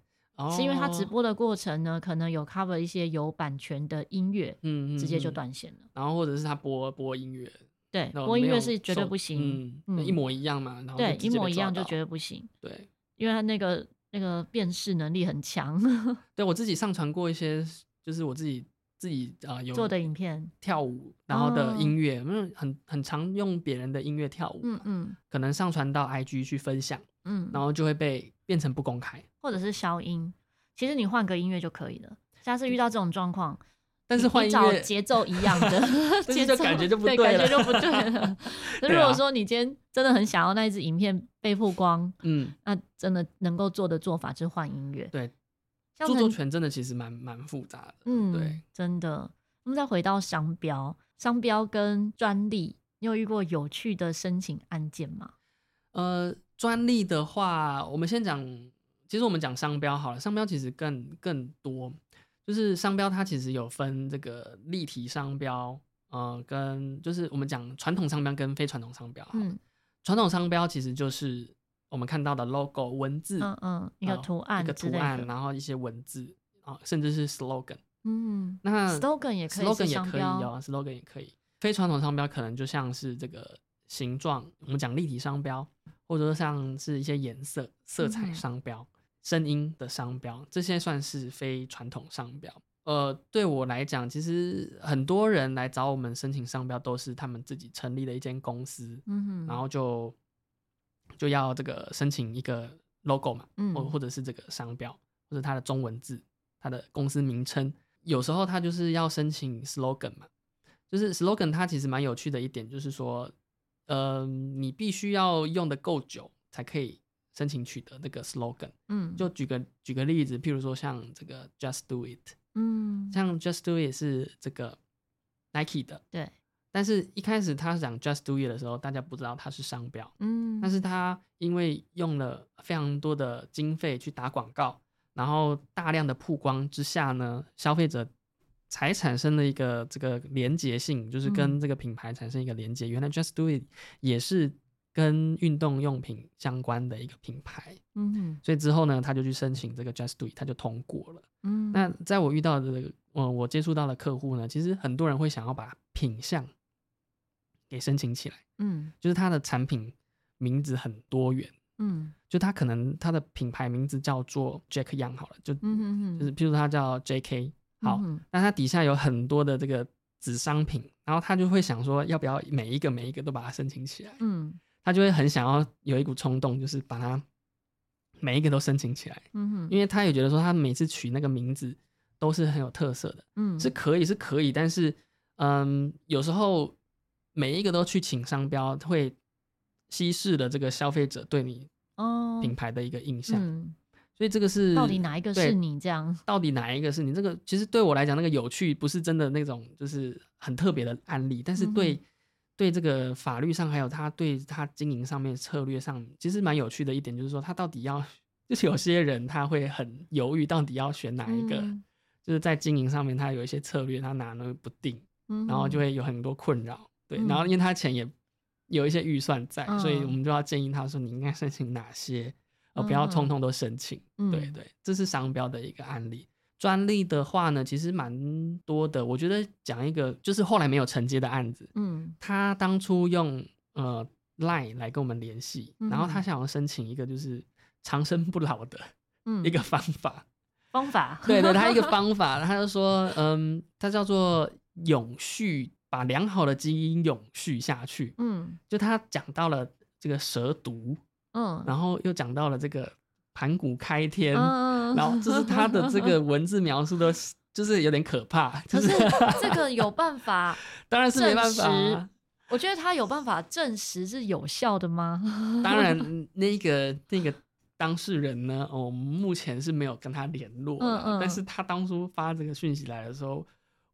A: 是因为他直
B: 哦，
A: 播的过程呢，可能有 cover 一些有版权的音乐，
B: 嗯，嗯
A: 直接就。
B: 嗯
A: 断线了。
B: 然后或者是他播播音乐，
A: 对，
B: 然后
A: 播音
B: 没
A: 乐
B: 有
A: 是绝对
B: 受
A: 不行，
B: 嗯，
A: 嗯
B: 一模一样嘛，然后
A: 对，
B: 就直
A: 一
B: 接被
A: 模一
B: 抓
A: 样就
B: 到
A: 绝对不行，
B: 对。
A: 因为他那个那个辨识能力很强，
B: 对我自己上传过一些，就是我自己自己啊、呃有
A: 做的影片，
B: 跳舞，然后的
A: 哦
B: 音乐，因为很很常用别人的音乐跳舞，
A: 嗯嗯
B: 可能上传到 IG 去分享，然
A: 嗯，
B: 后就会被变成不公开。
A: 或者是消音，其实你换个音乐就可以了。下次遇到这种状况，
B: 但是
A: 你
B: 换
A: 你
B: 音
A: 找
B: 乐，
A: 节奏一 样的
B: 是
A: 节
B: 就
A: 奏，
B: 感觉就不
A: 对，
B: 对
A: 感
B: 了
A: 觉就不对了。 那
B: 对
A: 如
B: 啊
A: 果说你今天真的很想要那一支影片被曝光，
B: 嗯，
A: 那真的能够做的做法就是换音乐，
B: 对，
A: 像
B: 著作
A: 很
B: 权真的其实蛮蛮复杂的。
A: 嗯，
B: 对，
A: 真的。那么再回到商标，商标跟专利，你有遇过有趣的申请案件吗？
B: 呃，专利的话，我们先讲，其实我们讲商标好了，商标其实更更多，就是商标它其实有分这个立体商标，呃，跟就是我们讲传统商标跟非传统商标好了。
A: 嗯
B: 传统商标其实就是我们看到的 logo 文字，
A: 嗯嗯，一个
B: 呃
A: 图案
B: 一个
A: 之
B: 图
A: 类
B: 案，
A: 的，
B: 然后一些文字啊、甚至是 slogan。
A: 嗯
B: 那
A: ，slogan 也可以
B: slogan
A: 是
B: 也
A: 商
B: 可以
A: 标，
B: 哦，slogan 也可以。非传统商标可能就像是这个形状，我们讲立体商标，或者说像是一些颜色、色彩
A: 嗯
B: 商标、声音的商标，这些算是非传统商标。呃，对我来讲，其实很多人来找我们申请商标，都是他们自己成立了一间公司，
A: 嗯
B: 然
A: 哼，
B: 后就就要这个申请一个 logo 嘛，或
A: 嗯
B: 或者是这个商标，或者它的中文字、它的公司名称。有时候它就是要申请 slogan 嘛，就是 slogan 它其实蛮有趣的一点，就是说，呃，你必须要用的够久才可以申请取得那个 slogan。
A: 嗯，
B: 就举个举个例子，譬如说像这个 Just Do It，
A: 嗯，
B: 像 Just Do It 是这个 Nike 的，
A: 对，
B: 但是一开始他讲 Just Do It 的时候，大家不知道它是商标，
A: 嗯，
B: 但是他因为用了非常多的经费去打广告，然后大量的曝光之下呢，消费者才产生了一个这个连结性，就是跟
A: 嗯
B: 这个品牌产生一个连接。原来 Just Do It 也是跟运动用品相关的一个品牌，
A: 嗯哼
B: 所以之后呢，他就去申请这个 Just Do It，他就通过了。
A: 嗯，
B: 那在我遇到的，嗯，我接触到的客户呢，其实很多人会想要把品相给申请起来，
A: 嗯
B: 就是它的产品名字很多元。
A: 嗯
B: 就它可能它的品牌名字叫做 Jack Young 好了，就、
A: 嗯哼哼，
B: 就是譬如说它叫 JK，好，
A: 嗯
B: 那它底下有很多的这个子商品，然后他就会想说要不要每一个每一个都把它申请起来，
A: 哼
B: 他就会很想要有一股冲动，就是把它每一个都申请起来，
A: 嗯哼，
B: 因为他也觉得说他每次取那个名字都是很有特色的，
A: 嗯
B: 是可以是可以，但是嗯，有时候每一个都去请商标会稀释了这个消费者对你
A: 哦
B: 品牌的一个印象。
A: 嗯，
B: 所以这个是
A: 到底哪一个
B: 对
A: 是你这样？
B: 到底哪一个是你这个？其实对我来讲，那个有趣不是真的那种，就是很特别的案例，但是对、
A: 嗯
B: 对这个法律上，还有他对他经营上面策略上，其实蛮有趣的一点，就是说他到底要， 就是有些人他会很犹豫，到底要选哪一个，
A: 嗯
B: 就是在经营上面他有一些策略，他拿呢不定，
A: 嗯
B: 然后就
A: 哼
B: 会有很多困扰。对，
A: 嗯
B: 然后因为他钱也有一些预算在，所以
A: 嗯
B: 我们就要建议他说你应该申请哪些，而不要
A: 嗯
B: 通通都申请。对
A: 嗯
B: 对，这是商标的一个案例。专利的话呢，其实蛮多的。我觉得讲一个就是后来没有承接的案子，
A: 嗯
B: 他当初用呃 Line 来跟我们联系，然后他
A: 嗯
B: 想要申请一个就是长生不老的
A: 嗯
B: 一个方法。
A: 方法，
B: 对对，他一个方法，他就说，嗯，它叫做永续。把良好的基因永续下去。
A: 嗯
B: 就他讲到了这个蛇毒，
A: 嗯，
B: 然后又讲到了这个盘古开天，
A: 嗯
B: 然后就是他的这个文字描述的，就是有点可怕。就
A: 可
B: 是
A: 是这个有办法，
B: 当然是没办法
A: 证
B: 啊
A: 实，我觉得他有办法证实是有效的吗？
B: 当然那个那个当事人呢，我、们目前是没有跟他联络啦
A: 嗯嗯
B: 但是他当初发这个讯息来的时候。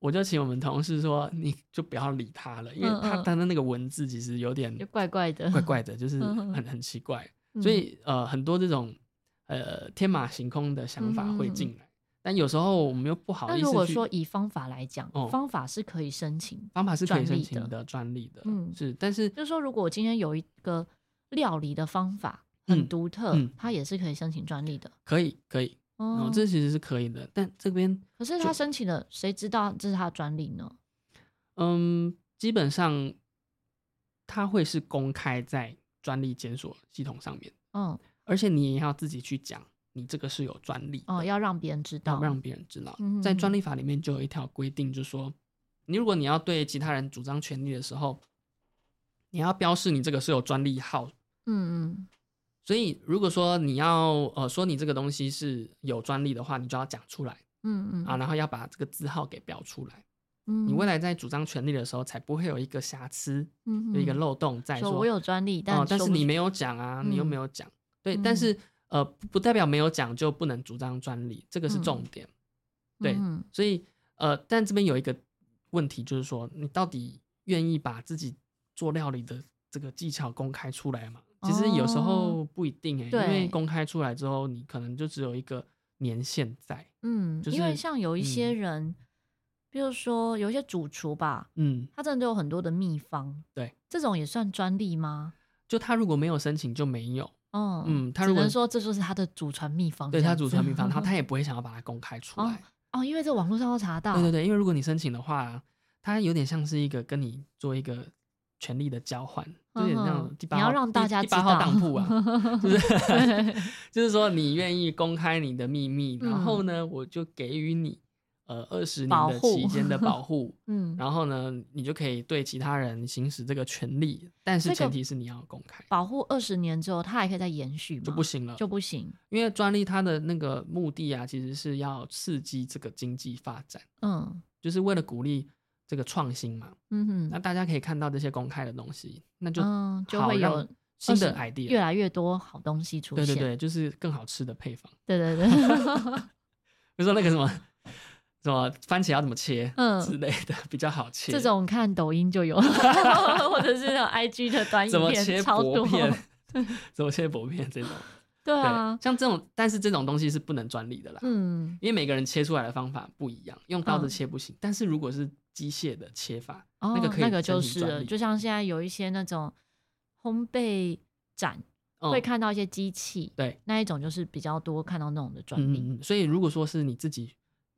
B: 我就请我们同事说，你就不要理他了，因为他
A: 嗯嗯
B: 他的那个文字其实有点
A: 就怪怪的，
B: 怪怪的，就是
A: 嗯嗯
B: 很很奇怪。
A: 嗯
B: 所以呃，很多这种呃天马行空的想法会
A: 嗯嗯嗯
B: 进来，但有时候我们又不好
A: 那
B: 意
A: 如果
B: 思去。
A: 说以方法来讲，
B: 哦
A: 方法是可以申请，
B: 方法是可以
A: 专
B: 申
A: 利
B: 请
A: 的
B: 的专利的，
A: 嗯
B: 是，但是
A: 就是说，如果我今天有一个料理的方法很
B: 嗯
A: 独特，
B: 嗯
A: 它也是可以申请专利的。
B: 可以可以，哦
A: 哦，，
B: 这其实是可以的，但这边
A: 可是他申请了，谁知道这是他的专利呢？
B: 嗯，基本上它会是公开在专利检索系统上面，
A: 嗯
B: 而且你也要自己去讲，你这个是有专利
A: 哦，
B: 的
A: 要让别人知道
B: 要。让别人知道。
A: 嗯
B: 在专利法里面就有一条规定，就说你如果你要对其他人主张权利的时候，你要标示你这个是有专利号。
A: 嗯嗯
B: 所以如果说你要呃说你这个东西是有专利的话，你就要讲出来
A: 嗯嗯
B: 啊，然后要把这个字号给标出来。
A: 嗯
B: 你未来在主张权利的时候，才不会有一个瑕疵、
A: 嗯
B: 有一个
A: 嗯
B: 漏洞在
A: 说
B: 说
A: 我有专利，但
B: 哦，但
A: 说
B: 是
A: 不
B: 你
A: 出
B: 没有讲啊，你又
A: 嗯
B: 没有讲，对，但
A: 嗯
B: 是呃，不不代表没有讲就不能主张专利，这个是
A: 嗯
B: 重点。对
A: 嗯
B: 所以呃，但这边有一个问题，就是说你到底愿意把自己做料理的这个技巧公开出来吗？其实有时候
A: 哦
B: 不一定哎、因
A: 对
B: 为公开出来之后，你可能就只有一个年限在。
A: 嗯，
B: 就
A: 因为
B: 是
A: 像有一些
B: 嗯
A: 人，比如说有一些主厨吧，
B: 嗯，
A: 他真的都有很多的秘方，
B: 对，
A: 这种也算专利吗？
B: 就他如果没有申请就没有，
A: 哦，
B: 嗯他
A: 只
B: 如果
A: 能说这就是他的祖传秘方这
B: 对他
A: 样子，嗯
B: 祖传秘方，然后他也不会想要把它公开出
A: 哦
B: 来。
A: 哦，因为这网络上都查到，
B: 对对对，因为如果你申请的话，它有点像是一个跟你做一个权利的交换，就有点
A: 嗯
B: 像
A: 哼
B: 第八
A: 你
B: 号
A: 要让大
B: 第
A: 家
B: 第
A: 知
B: 八号
A: 道
B: 当铺啊，就是 就是说你愿意公开你的秘密，然后呢，我就给予你呃二十
A: 嗯
B: 年
A: 保
B: 的
A: 护，
B: 期间的保护
A: 嗯，
B: 然后呢，你就可以对其他人行使这个权利，但是
A: 这个
B: 前提是你要公开，
A: 保护二十年之后，它还可以再延续吗？
B: 就不行了，
A: 就不行，
B: 因为专利它的那个目的啊，其实是要刺激这个经济发展，
A: 嗯
B: 就是为了鼓励这个创新嘛。
A: 嗯
B: 那
A: 哼，
B: 大家可以看到这些公开的东西，那就
A: 嗯，就
B: 好
A: 会
B: 让
A: 有
B: 新的
A: 20
B: idea，
A: 越来越多好东西出
B: 对
A: 现，
B: 对对，就是更好吃的配方。
A: 对对 对
B: 比如说那个什么什么番茄要怎么切，
A: 嗯
B: 之类的比较好切，
A: 这种看抖音就有， 或者是那种 IG 的短
B: 怎
A: 影
B: 么
A: 片
B: 切
A: 超
B: 薄
A: 多，
B: 片， 怎么切薄片这种，
A: 对
B: 对
A: 啊，，
B: 像这种，但是这种东西是不能专利的啦，
A: 嗯
B: 因为每个人切出来的方法不一样，用刀子
A: 嗯
B: 切不行，但是如果是机械的切法，
A: 哦，
B: 那个可以
A: 那个就
B: 申请
A: 是
B: 专
A: 了，
B: 利嗯
A: 就像现在有一些那种烘焙展，
B: 嗯
A: 会看到一些机器，
B: 对，
A: 那一种就是比较多看到那种的专
B: 嗯
A: 利。
B: 嗯嗯，所以如果说是你自己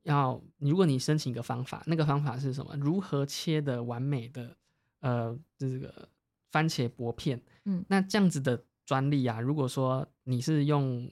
B: 要，你如果你申请一个方法，那个方法是什么？如何切的完美的呃这个番茄薄片？
A: 嗯
B: 那这样子的专利啊，如果说你是用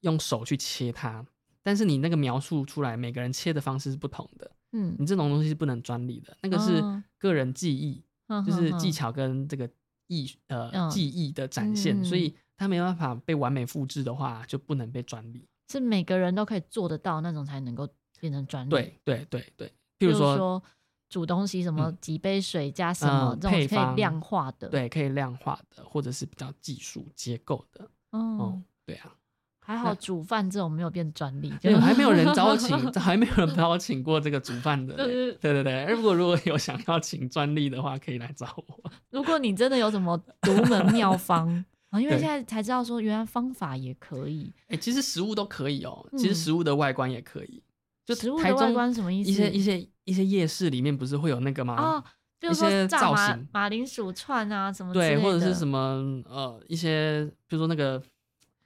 B: 用手去切它，但是你那个描述出来，每个人切的方式是不同的，
A: 嗯
B: 你这种东西是不能专利的，那个是
A: 哦
B: 个人技艺，
A: 嗯，
B: 就是技
A: 嗯，
B: 巧跟这个艺呃
A: 嗯
B: 技艺的展现，所
A: 嗯
B: 以它没办法被完美复制的话，就不能被专利。
A: 是每个人都可以做得到那种才能够变成专利。，
B: 对对对对，
A: 比
B: 譬如说，
A: 嗯说煮东西什么
B: 嗯
A: 几杯水加什么
B: 嗯
A: 这种
B: 配
A: 是可
B: 方
A: 以量化的。，
B: 对，可以量化的，或者是比较技术结构的，
A: 哦
B: 哦，，对啊，
A: 还好
B: 那
A: 煮饭这种没有变专利，
B: 因
A: 就
B: 为还没 有人招请，还没有人招请过这个煮饭的
A: 就
B: 嘞，
A: 是
B: 对对对。如果如果有想要请专利的话，可以来找我。
A: 如果你真的有什么独门妙方。啊，因为
B: 对
A: 现在才知道说，原来方法也可以。
B: 哎、其实食物都可以哦、其实
A: 嗯
B: 食物的外观也可以，就
A: 食物
B: 台
A: 的外
B: 中
A: 观什么意思？
B: 一些一些一些夜市里面不是会有那个吗？
A: 啊，比如
B: 一
A: 说
B: 些
A: 炸
B: 造
A: 马
B: 型
A: 马铃薯串啊什么之类
B: 对，
A: 的，
B: 或者是什么呃一些，比如说那个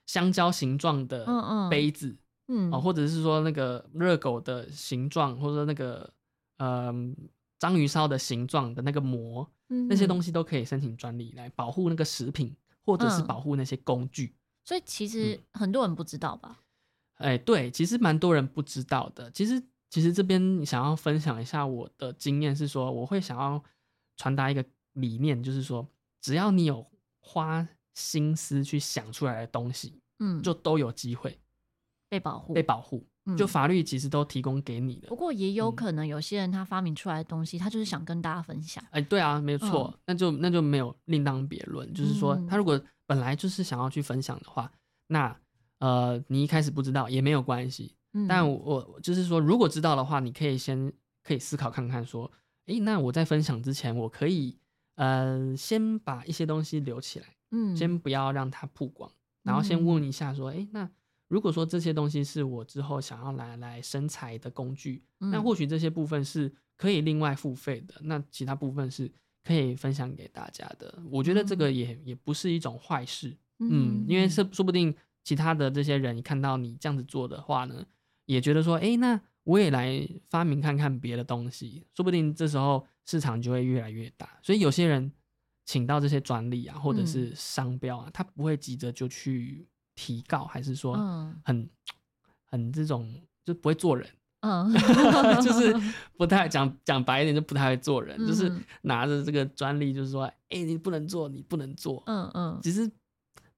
B: 香蕉形状的
A: 嗯嗯
B: 杯子。
A: 嗯
B: 哦，或者是说那个热狗的形状，或者说那个嗯章鱼烧的形状的那个膜，那些
A: 西，
B: 东西都可以申请专利来保护那个食品，或者是
A: 嗯
B: 保护那些工具。
A: 所以其实
B: 嗯
A: 很多人不知道吧？
B: 哎、对，其实蛮多人不知道的。其实其实这边想要分享一下我的经验是说，我会想要传达一个理念，就是说，只要你有花心思去想出来的东西，
A: 嗯，
B: 就都有机会
A: 被保护，
B: 被保护。
A: 嗯
B: 就法律其实都提供给你的
A: 不。过也有
B: 嗯
A: 可能有些人他发明出来的东西，他就是想跟大家分享。
B: 哎、对啊，没错，
A: 嗯
B: 那就那就没有另当别论。就是说
A: 嗯，
B: 他如果本来就是想要去分享的话，那呃，你一开始不知道也没有关系。
A: 嗯，
B: 但我我就是说，如果知道的话，你可以先可以思考看看，说，诶，那我在分享之前，我可以呃，先把一些东西留起来，
A: 嗯
B: 先不要让它曝光，然后先问一下说，诶，那如果说这些东西是我之后想要来来生财的工具，那
A: 嗯
B: 或许这些部分是可以另外付费的，那其他部分是可以分享给大家的。我觉得这
A: 嗯
B: 个也、也不是一种坏事，嗯，因为是说不定其他的这些人看到你这样子做的话呢，也觉得说，诶，那我也来发明看看别的东西，说不定这时候市场就会越来越大。所以有些人请到这些专利啊，或者
A: 嗯
B: 是商标啊，他不会急着就去提告，还是说
A: 嗯
B: 很很这种就不会做人。
A: 嗯，
B: 就是不太讲讲白一点，就不太会做人，就是
A: 嗯
B: 拿着这个专利，就是说，哎、你不能做，你不能做，
A: 嗯嗯
B: 其实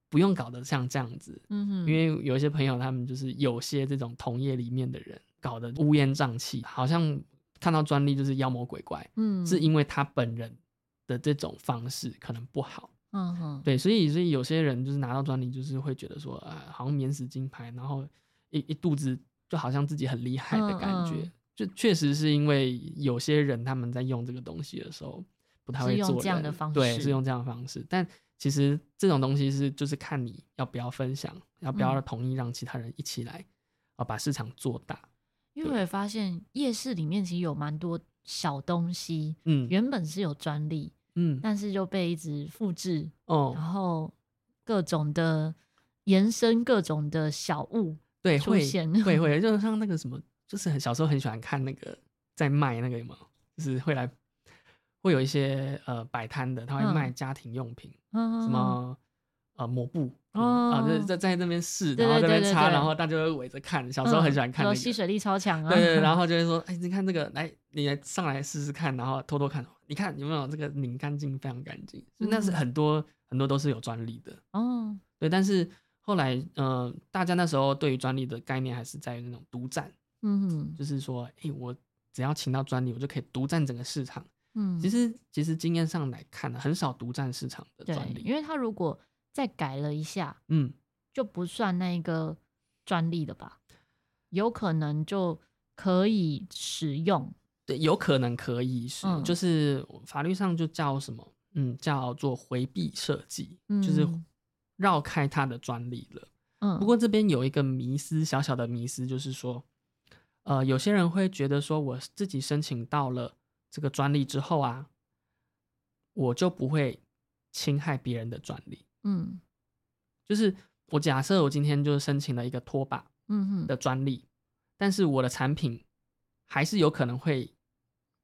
B: 不用搞得像这样子，
A: 嗯哼，
B: 因为有一些朋友他们就是有些这种同业里面的人搞得乌烟瘴气，好像看到专利就是妖魔鬼怪，
A: 嗯
B: 是因为他本人的这种方式可能不好，
A: 嗯哼
B: 对，所以所以有些人就是拿到专利，就是会觉得说，啊、好像免死金牌，然后一一肚子就好像自己很厉害的感觉。
A: 嗯嗯
B: 就确实是因为有些人他们在用这个东西的时候不太
A: 是
B: 会
A: 用
B: 做
A: 这样
B: 人
A: 的方
B: 对，
A: 式
B: 是用这样的方式。但其实这种东西是就是看你要不要分享，要不要
A: 嗯
B: 同意让其他人一起来啊、把市场做大。
A: 因为我也发现夜市里面其实有蛮多小东西，
B: 嗯
A: 原本是有专利，
B: 嗯
A: 但是就被一直复制，然
B: 哦，
A: 后各种的延伸各种的小物，
B: 对，
A: 出
B: 会
A: 现
B: 会会，就像那个什么，就是很小时候很喜欢看那个在卖那个有没有，就是会来会有一些呃摆摊的，他会
A: 嗯
B: 卖家庭用品，
A: 什
B: 什么呃抹布啊，
A: 哦
B: 就是在在那边试，
A: 对
B: 然后
A: 对
B: 这边
A: 对对
B: 擦，
A: 对
B: 然后大家就会围着看。
A: 嗯
B: 小时候很喜欢看
A: 说
B: 那个，
A: 吸水力超强啊，
B: 对对，对 然后就会说，哎，你看这个，来，你来上来试试看，然后偷偷看，你看有没有这个拧干净，非常干净。所以那是
A: 嗯
B: 很多很多都是有专利的，
A: 哦，
B: 对，但是后来，呃，大家那时候对于专利的概念还是在于那种独占，
A: 嗯哼
B: 就是说，哎、我只要请到专利，我就可以独占整个市场。
A: 嗯，
B: 其实，其实经验上来看啊呢，很少独占市场的
A: 对
B: 专，利。
A: 因为他如果再改了一下，
B: 嗯，
A: 就不算那个专利了吧？有可能就可以使用，
B: 对，有可能可以是，
A: 嗯
B: 就是法律上就叫什么，嗯，叫做回避设计，就是
A: 嗯
B: 绕开它的专利了。
A: 嗯，
B: 不过这边有一个迷思，小小的迷思就是说，呃，有些人会觉得说，我自己申请到了这个专利之后啊，我就不会侵害别人的专利。
A: 嗯
B: 就是我假设我今天就申请了一个拖把
A: 嗯哼，
B: 的专利，但是我的产品还是有可能会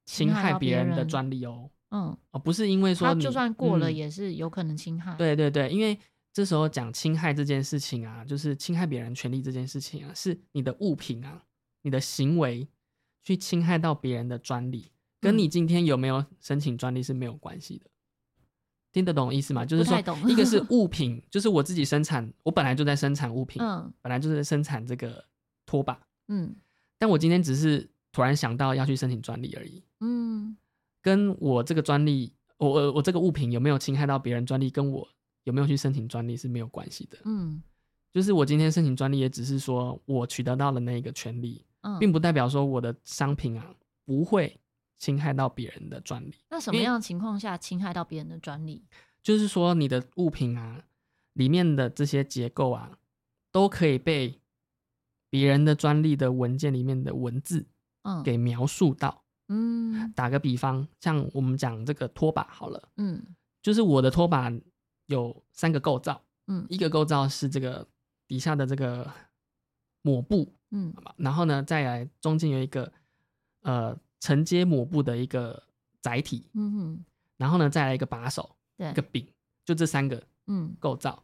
B: 侵
A: 侵害
B: 害
A: 到
B: 别
A: 别
B: 人的
A: 人
B: 专利哦。
A: 嗯，
B: 哦，不是因为说
A: 他
B: 你
A: 就算过了
B: 嗯
A: 也是有可能侵害，，
B: 对对对，因为这时候讲侵害这件事情啊，就是侵害别人权利这件事情啊，是你的物品啊，你的行为去侵害到别人的专利，跟
A: 嗯
B: 你今天有没有申请专利是没有关系的。听得懂意思吗？就是
A: 不
B: 说
A: 太，懂
B: 一 个是物品，就是我自己生产，我本来就在生产物品，
A: 嗯
B: 本来就是生产这个拖把，
A: 嗯
B: 但我今天只是突然想到要去申请专利而已。
A: 嗯
B: 跟我这个专利，我呃我我这个物品有没有侵害到别人专利，跟我有没有去申请专利是没有关系的。
A: 嗯
B: 就是我今天申请专利，也只是说我取得到了那个权利，
A: 嗯，
B: 并不代表说我的商品啊不会侵害到别人的专利。
A: 那什么
B: 因为
A: 样的情况下侵害到别人的专利？
B: 就是说，你的物品啊里面的这些结构啊，都可以被别人的专利的文件里面的文字
A: 嗯，
B: 给描述到。
A: 嗯
B: 打个比方，像我们讲这个拖把好了。
A: 嗯
B: 就是我的拖把有三个构造，
A: 嗯
B: 一个构造是这个底下的这个抹布，
A: 嗯
B: 好吧然后呢再来中间有一个呃承接抹布的一个载体，
A: 嗯哼，
B: 然后呢再来一个把手，一
A: 对，
B: 个柄，就这三个
A: 嗯
B: 构造。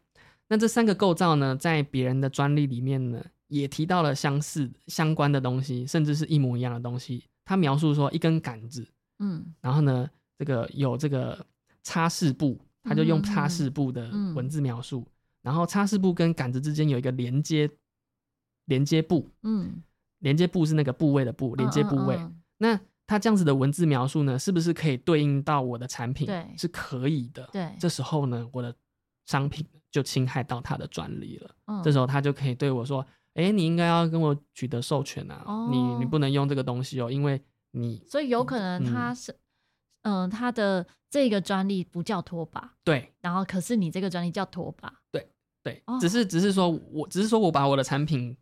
B: 那这三个构造呢，在别人的专利里面呢，也提到了相似相关的东西，甚至是一模一样的东西。他描述说，一根杆子，
A: 嗯
B: 然后呢这个有这个擦拭布，它就用擦拭布的
A: 嗯嗯
B: 文字描述，然后擦拭布跟杆子之间有一个连接连接部，
A: 嗯，
B: 连接部是那个部位的部，连接部位。
A: 嗯嗯
B: 那它这样子的文字描述呢，是不是可以对应到我的产品？
A: 对
B: 是可以的。
A: 对
B: 这时候呢，我的商品就侵害到它的专利了。
A: 嗯
B: 这时候他就可以对我说：“哎、你应该要跟我取得授权啊，你你
A: 哦
B: 不能用这个东西哦，因为你
A: 所以有可能他
B: 嗯
A: 是，嗯、他的这个专利不叫拖把，
B: 对
A: 然后可是你这个专利叫拖把，
B: 对，
A: 哦
B: 只是只是说我只是说我把我的产品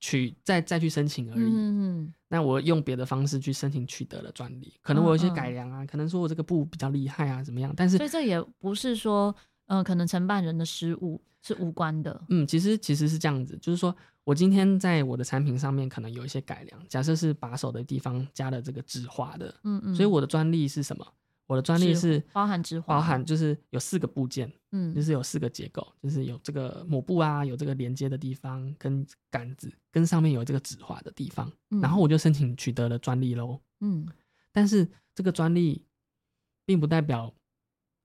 B: 取再再去申请而已。
A: 嗯，
B: 那我用别的方式去申请取得了专利，可能我有一些
A: 嗯嗯
B: 改良啊，可能说我这个布比较厉害啊，怎么样？但是
A: 所以这也不是说，嗯、可能承办人的失误是无关的，
B: 嗯，其实其实是这样子，就是说我今天在我的产品上面可能有一些改良，假设是把手的地方加了这个纸画的，
A: 嗯嗯，
B: 所以我的专利是什么？我的专利
A: 纸
B: 是
A: 包含之花，
B: 包含就是有四个部件，
A: 嗯，
B: 就是有四个结构，就是有这个抹布啊，有这个连接的地方，跟杆子跟上面有这个纸画的地方，
A: 嗯
B: 然后我就申请取得了专利喽。
A: 嗯
B: 但是这个专利并不代表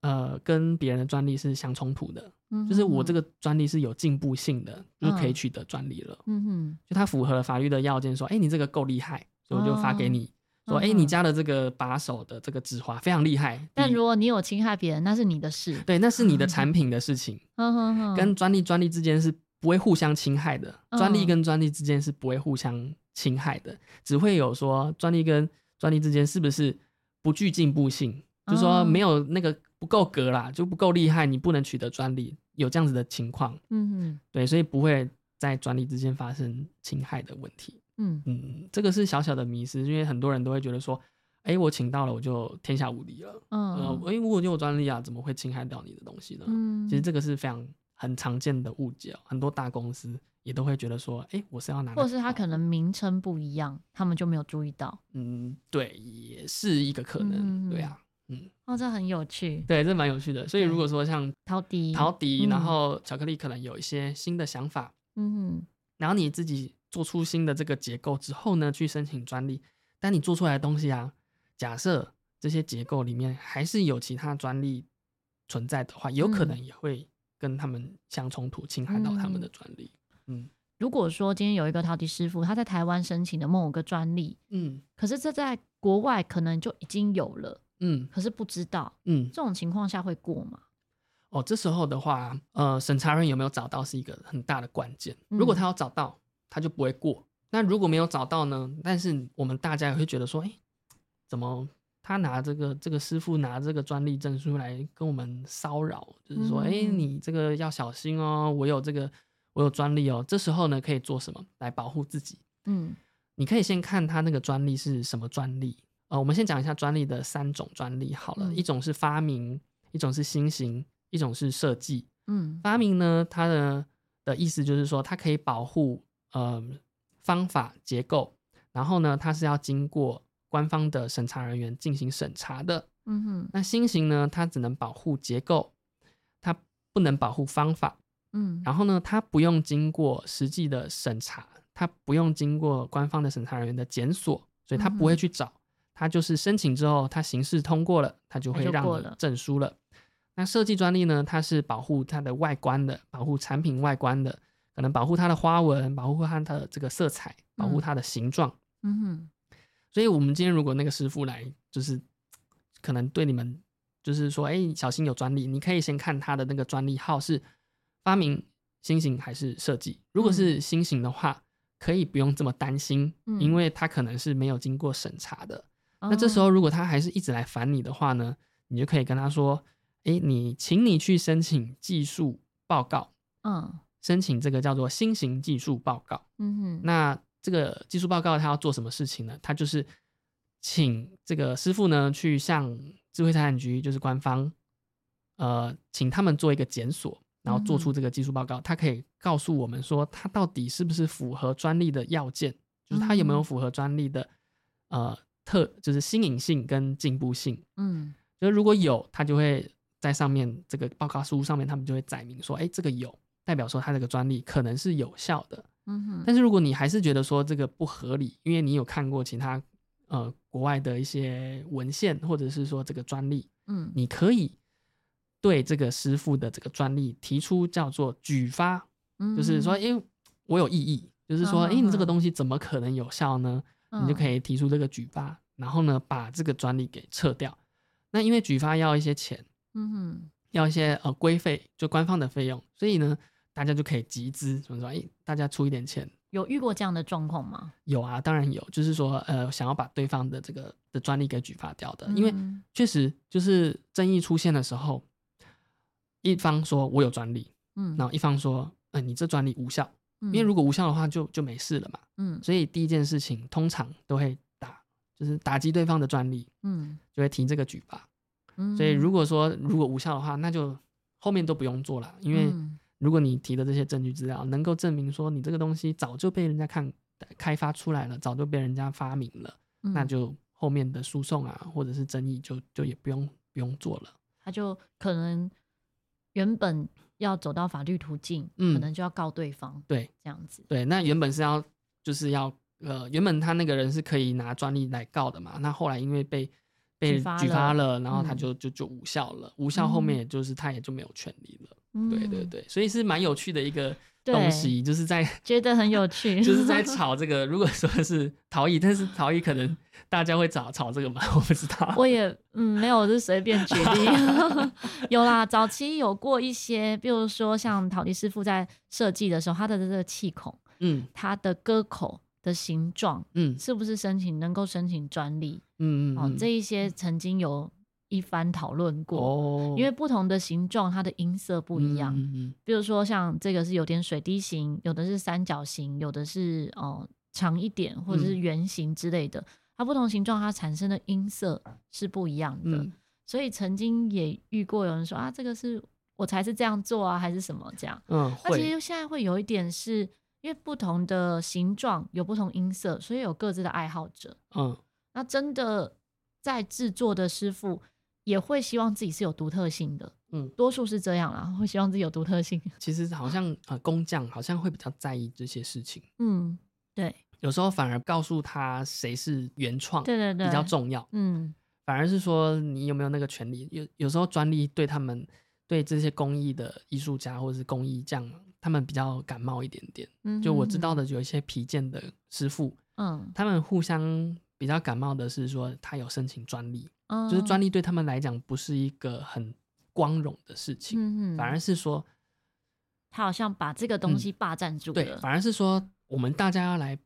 B: 呃跟别人的专利是相冲突的，
A: 嗯，
B: 就是我这
A: 个，
B: 个专利是有进步性的，就是可以
A: 嗯
B: 取得专利了。
A: 嗯哼，
B: 就它符合了法律的要件，说，哎、你这个够厉害，所以我就发给
A: 哦
B: 你。说，哎、
A: 嗯
B: 你
A: 嗯
B: 家的这个把手的这个指滑非常厉害，
A: 但
B: 比
A: 如果你有侵害别人，那是你的事，
B: 对，那是你 的产品的事情，
A: 哼哼哼，
B: 跟专利专利之间是不会互相侵害的，专利
A: 嗯
B: 跟专利之间是不会互相侵害的，只会有说专利跟专利之间是不是不具进步性，就是
A: 哦
B: 说没有那个不够格啦，就不够厉害，你不能取得专利，有这样子的情况，
A: 嗯哼
B: 对，所以不会在专利之间发生侵害的问题。
A: 嗯，
B: 嗯，这个是小小的迷失，因为很多人都会觉得说，哎，我请到了我就天下无敌了，呃
A: 嗯，
B: 因为我有专利啊，怎么会侵害掉你的东西呢？
A: 嗯，
B: 其实这个是非常很常见的误解哦、很多大公司也都会觉得说，哎，我是要拿来
A: 或
B: 保护，
A: 者是他可能名称不一样，他们就没有注意到。
B: 嗯，对，也是一个可能，
A: 嗯
B: 对啊，
A: 哦，这很有趣。
B: 对，这蛮有趣的。所以如
A: 对
B: 果说像
A: 陶迪，
B: 陶笛，
A: 嗯
B: 然后巧克力可能有一些新的想法，
A: 嗯
B: 然后你自己做出新的这个结构之后呢，去申请专利。但你做出来的东西啊，假设这些结构里面还是有其他专利存在的话，有可
A: 嗯
B: 能也会跟他们相冲突，侵害到他们的专利。嗯
A: 如果说今天有一个陶笛师傅，他在台湾申请的某个专利，
B: 嗯
A: 可是这在国外可能就已经有了，
B: 嗯
A: 可是不知道，
B: 嗯
A: 这。种情况下会过吗？
B: 哦，这时候的话，呃，审查人有没有找到是一个很大的关键。如果
A: 嗯
B: 他有找到，他就不会过。那如果没有找到呢？但是我们大家也会觉得说，哎，怎么他拿这个这个师傅拿这个专利证书来跟我们骚扰？就是说，哎、
A: 嗯
B: 你这个要小心哦，我有这个我有专利哦。这时候呢，可以做什么来保护自己？
A: 嗯
B: 你可以先看他那个专利是什么专利。呃，我们先讲一下专利的三种专利好了，
A: 嗯
B: 一种是发明，一种是新型，一种是设计。
A: 嗯
B: 发明呢，它的的意思就是说，它可以保护呃方法结构，然后呢，它是要经过官方的审查人员进行审查的。
A: 嗯哼
B: 那新型呢，它只能保护结构，它不能保护方法。
A: 嗯，
B: 然后呢，它不用经过实际的审查，它不用经过官方的审查人员的检索，所以它不会
A: 嗯哼
B: 去找，它就是申请之后，它形式通过了，它就
A: 它
B: 会
A: 就
B: 让
A: 过
B: 你
A: 了
B: 证书了。那设计专利呢，它是保护它的外观的，保护产品外观的，可能保护它的花纹，保护它的这个色彩，保护
A: 嗯
B: 它的形状。
A: 嗯哼
B: 所以我们今天如果那个师傅来，就是可能对你们就是说，哎、小心有专利，你可以先看他的那个专利号是发明、新型还是设计。如果是新型的话，可以不用这么担心，
A: 嗯
B: 因为他可能是没有经过审查的。
A: 哦
B: 那这时候如果他还是一直来烦你的话呢，你就可以跟他说，哎、你请你去申请技术报告，
A: 嗯
B: 申请这个叫做新型技术报告。
A: 嗯哼
B: 那这个技术报告它要做什么事情呢？它就是请这个师傅呢去向智慧财产局，就是官方，呃，请他们做一个检索，然后做出这个技术报告。它可以告诉我们说，它到底是不是符合专利的要件，就是它有没有
A: 嗯
B: 符合专利的呃特，就是新颖性跟进步性。
A: 嗯
B: 就是如果有，它就会在上面这个报告书上面，他们就会载明说，哎，这个有，代表说它这个专利可能是有效的。
A: 嗯哼
B: 但是如果你还是觉得说这个不合理，因为你有看过其他呃国外的一些文献，或者是说这个专利，
A: 嗯，
B: 你可以对这个师傅的这个专利提出叫做举发，
A: 嗯
B: 就是说，因为我有异议，就是说，
A: 嗯
B: 诶，你这个
A: 嗯
B: 东西怎么可能有效呢？你就可
A: 以，
B: 以提出这个举发，然后呢，把这个专利给撤掉。那因为举发要一些钱，
A: 嗯哼，
B: 要一些呃规费，就官方的费用，所以呢，大家就可以集资，怎么说？诶，大家出一点钱，
A: 有遇过这样的状况吗？
B: 有啊，当然有，就是说，呃，想要把对方的这个的专利给举发掉的，因为
A: 嗯
B: 确实就是争议出现的时候，一方说我有专利，
A: 嗯，
B: 然后一方说，呃，你这专利无效，
A: 因
B: 因为如果无效的话就就没事了嘛。
A: 嗯
B: 所以第一件事情通常都会打，就是打击对方的专利，
A: 嗯
B: 就会提这个举发。
A: 嗯，
B: 所以如果说如果无效的话，那就后面都不用做了，因为
A: 嗯
B: 如果你提的这些证据资料能够证明说你这个东西早就被人家看开发出来了，早就被人家发明了，那
A: 嗯
B: 就后面的诉讼啊或者是争议就就也不用不用做了。
A: 他就可能原本要走到法律途径，可
B: 嗯
A: 能就要告对方，
B: 对，
A: 这样子，
B: 对，那原本是要就是要呃，原本他那个人是可以拿专利来告的嘛，那后来因为被被
A: 举
B: 举
A: 发
B: 发了，然后
A: 嗯
B: 他就就就无效了，无效后面也就是他也就没有权利了。对对
A: 嗯，
B: 对，所以是蛮有趣的一个
A: 对
B: 东西，就 是在
A: 觉得很有趣，
B: 就是在吵这个，如果说是逃逸，但是逃逸可能大家会吵吵这个嘛，我不知 道。
A: 我也嗯没有，我是随便举例。 有啦，早期有过一些，比如说像陶笛师傅在设计的时候，他的这个气孔、
B: 嗯
A: 他的歌口的形状，
B: 嗯
A: 是不是申请能够申请专利？
B: 嗯嗯
A: 哦
B: 嗯，，
A: 这一些曾经有一番讨论过，
B: 哦，
A: 因为不同的形状，它的音色不一样。
B: 嗯嗯
A: 比如说像这个是有点水滴形，有的是三角形，有的是呃长一点或者是
B: 嗯
A: 圆形之类的。它不同形状它产生的音色是不一样的，
B: 嗯
A: 所以曾经也遇过有人说啊，这个是我才是这样做啊，还是什么这样。
B: 嗯，嗯
A: 那其
B: 会
A: 实现在会有一点是因为不同的形状有不同音色，所以有各自的爱好者。
B: 嗯
A: 那真的在制作的师傅也会希望自己是有独特性的，
B: 嗯。
A: 多数是这样啦，会希望自己有独特性。
B: 其实好像呃，工匠好像会比较在意这些事情，
A: 嗯，对，
B: 有时候反而告诉他谁是原创
A: 对对对，
B: 比较。重要，
A: 嗯
B: 反而是说你有没有那个权利。有有时候专利对他们对这些工艺的艺术家或者是工艺匠，他们比较感冒一点点。
A: 嗯，
B: 就我知道，的有一些皮件的师傅，
A: 嗯，
B: 他们互相比较感冒的是说他有申请专利，
A: 嗯
B: 就是专利对他们来讲不是一个很光荣的事情，
A: 嗯嗯，
B: 反而是说
A: 他好像把这个东
B: 嗯
A: 西霸占住
B: 对，
A: 了。
B: 反而是说我们大家要来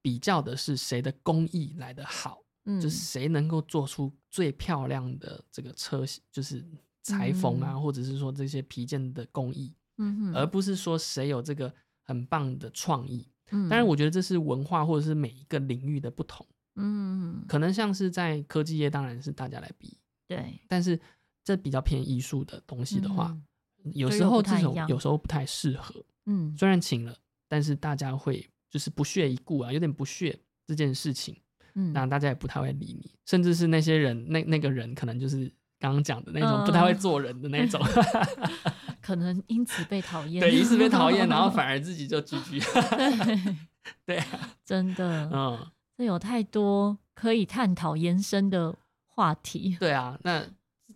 B: 比较的是谁的工艺来的好，
A: 嗯，
B: 就是谁能够做出最漂亮的这个车型，就是裁缝啊，或者是说这些皮件的工艺，
A: 嗯哼，
B: 而不是说谁有这个很棒的创意。
A: 嗯
B: 当然，我觉得这是文化或者是每一个领域的不同，
A: 嗯
B: 可能像是在科技业，当然是大家来比，
A: 对
B: 但是这比较偏艺术的东西的话，
A: 嗯
B: 有
A: 就
B: 时
A: 又不
B: 候这
A: 太一
B: 种
A: 样
B: 有时候不太适合。
A: 嗯
B: 虽然请了，但是大家会就是不屑一顾啊，有点不屑这件事情，
A: 嗯
B: 那大家也不太会理你，甚至是那些人，那那个人可能就是刚刚讲的那
A: 嗯
B: 种不太会做人的那 种，
A: 可能因此被讨厌，
B: 对，一次被讨厌，然后反而自己就拒绝，
A: 对
B: 对啊，
A: 真的，
B: 嗯，
A: 这有太多可以探讨延伸的话题。
B: 对啊，那。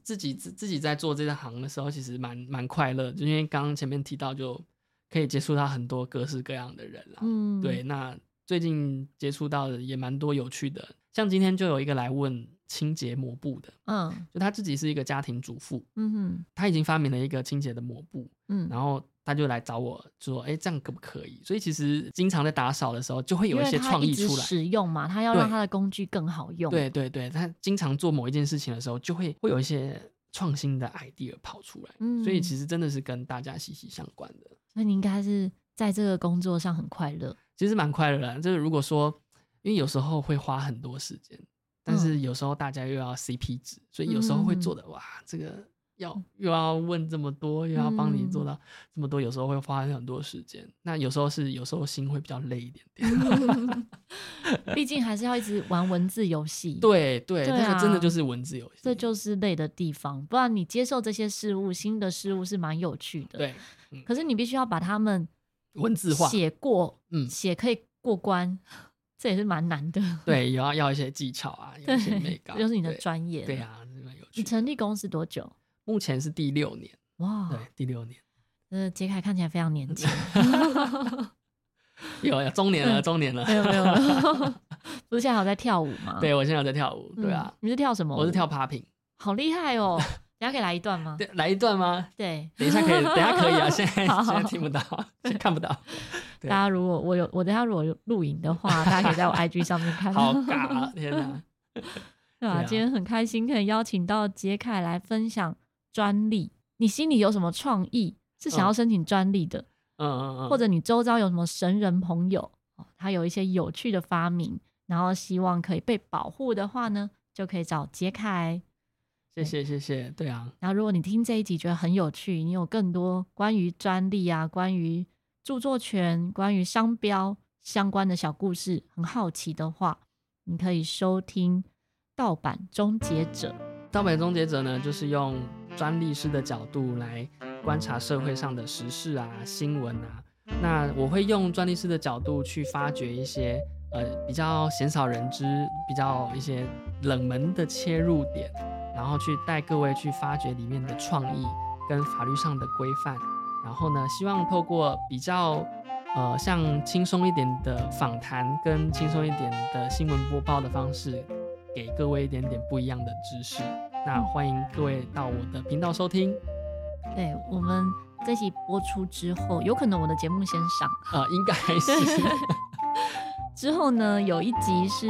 B: 自己自自己在做这行的时候，其实蛮蛮快乐，就因为刚刚前面提到，就可以接触到很多各式各样的人啦。
A: 嗯，
B: 对，，那最近接触到的也蛮多有趣的，像今天就有一个来问清洁抹布的，
A: 嗯
B: 就他自己是一个家庭主妇，
A: 嗯哼
B: 他已经发明了一个清洁的抹布，
A: 嗯，
B: 然后他就来找我说，哎，这样可不可以？所以其实经常在打扫的时候，就会有
A: 因为
B: 些
A: 他
B: 创
A: 一
B: 意
A: 直
B: 出来。
A: 使用嘛，他要让
B: 对
A: 他的工具更好用。
B: 对，对对，他经常做某一件事情的时候，就会会有一些创新的 idea 跑出来，
A: 嗯
B: 所以其实真的是跟大家息息相关的。
A: 所以你应该是在这个工作上很快 乐。
B: 其实蛮快乐的。就是如果说，因为有时候会花很多时间，但
A: 嗯
B: 是有时候大家又要 CP 值，所以有时候会做的、哇，这个要又要问这么多，又要帮你
A: 嗯
B: 做到这么多，有时候会花很多时间。那有时候是有时候心会比较累一点点。
A: 毕竟还是要一直玩文字游戏。，
B: 对对，
A: 对
B: 那个真
A: 啊
B: 的就是文字游戏，
A: 这就是累的地方。不然你接受这些事物，新的事物是蛮有趣的。，
B: 对
A: 可是你必须要把它们
B: 文字化。
A: 写过，
B: 嗯
A: 写可以过关，这也是蛮难的。
B: 对，有要要一些技巧啊，有一些美
A: 对，
B: 感，
A: 这就是你的
B: 对
A: 专业。
B: 对，啊，这个有
A: 你
B: 趣。
A: 成立公司多久？
B: 目前是第六年，
A: 哇，
B: 对，第六年，
A: 呃，杰凯看起来非常年 轻。
B: 有有中
A: 嗯
B: 年了，中年了。
A: 没有没有，没有 不是现在还有在跳舞吗？
B: 对我现在有在跳舞，
A: 嗯，
B: 对啊，
A: 你是跳什么？
B: 我是跳，popping。
A: 好厉害 哦！等一下可以来一段吗？
B: 对来一段 吗？
A: 对，
B: 等一下可以，等一下可以啊， 现在
A: 好
B: 现在听不到，现在看不到。对
A: 大家如果我有我等一下如果有录影的话，大家可以在我 IG 上面看。
B: 好尬啊，天哪！
A: 对
B: 对
A: 啊，
B: 啊
A: 今天很开心可以邀请到杰凯来分享专利。你心里有什么创意是想要
B: 嗯
A: 申请专利的，
B: 嗯嗯嗯，
A: 或者你周遭有什么神人朋友，哦他有一些有趣的发明，然后希望可以被保护的话呢，就可以找杰凯。
B: 谢谢谢谢，对啊，
A: 然后，如果你听这一集觉得很有趣，你有更多关于专利啊、关于著作权、关于商标相关的小故事，很好奇的话，你可以收听《盗版终结者》。
B: 盗版终结者呢，就是用专利师的角度来观察社会上的时事啊、新闻啊。那我会用专利师的角度去发掘一些呃比较鲜少人知、比较一些冷门的切入点，然后去带各位去发掘里面的创意跟法律上的规范。然后呢，希望透过比较呃像轻松一点的访谈跟轻松一点的新闻播报的方式，给各位一点点不一样的知识。那欢迎各位到我的频道收听，
A: 对我们这集播出之后，有可能我的节目先上，
B: 呃，应该是
A: 之后呢，有一集是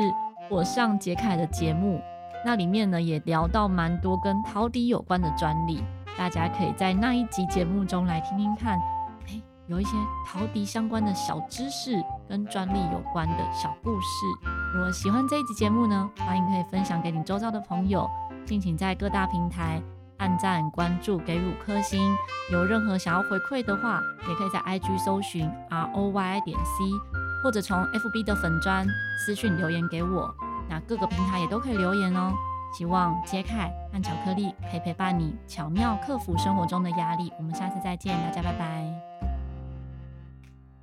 A: 我上杰凯的节目，那里面呢也聊到蛮多跟陶笛有关的专利，大家可以在那一集节目中来听听看，哎，有一些陶笛相关的小知识跟专利有关的小故事。如果喜欢这一集节目呢，欢迎可以分享给你周遭的朋友，敬请在各大平台。按赞、关注、给五颗星。有任何想要回馈的话，也可以在 IG 搜寻 R O Y 点 C 或者从 FB 的粉砖私讯留言给我，那各个平台也都可以留言哦。希望杰凯和巧克力可以陪伴你，巧妙克服生活中的压力。我们下次再见，大家拜拜。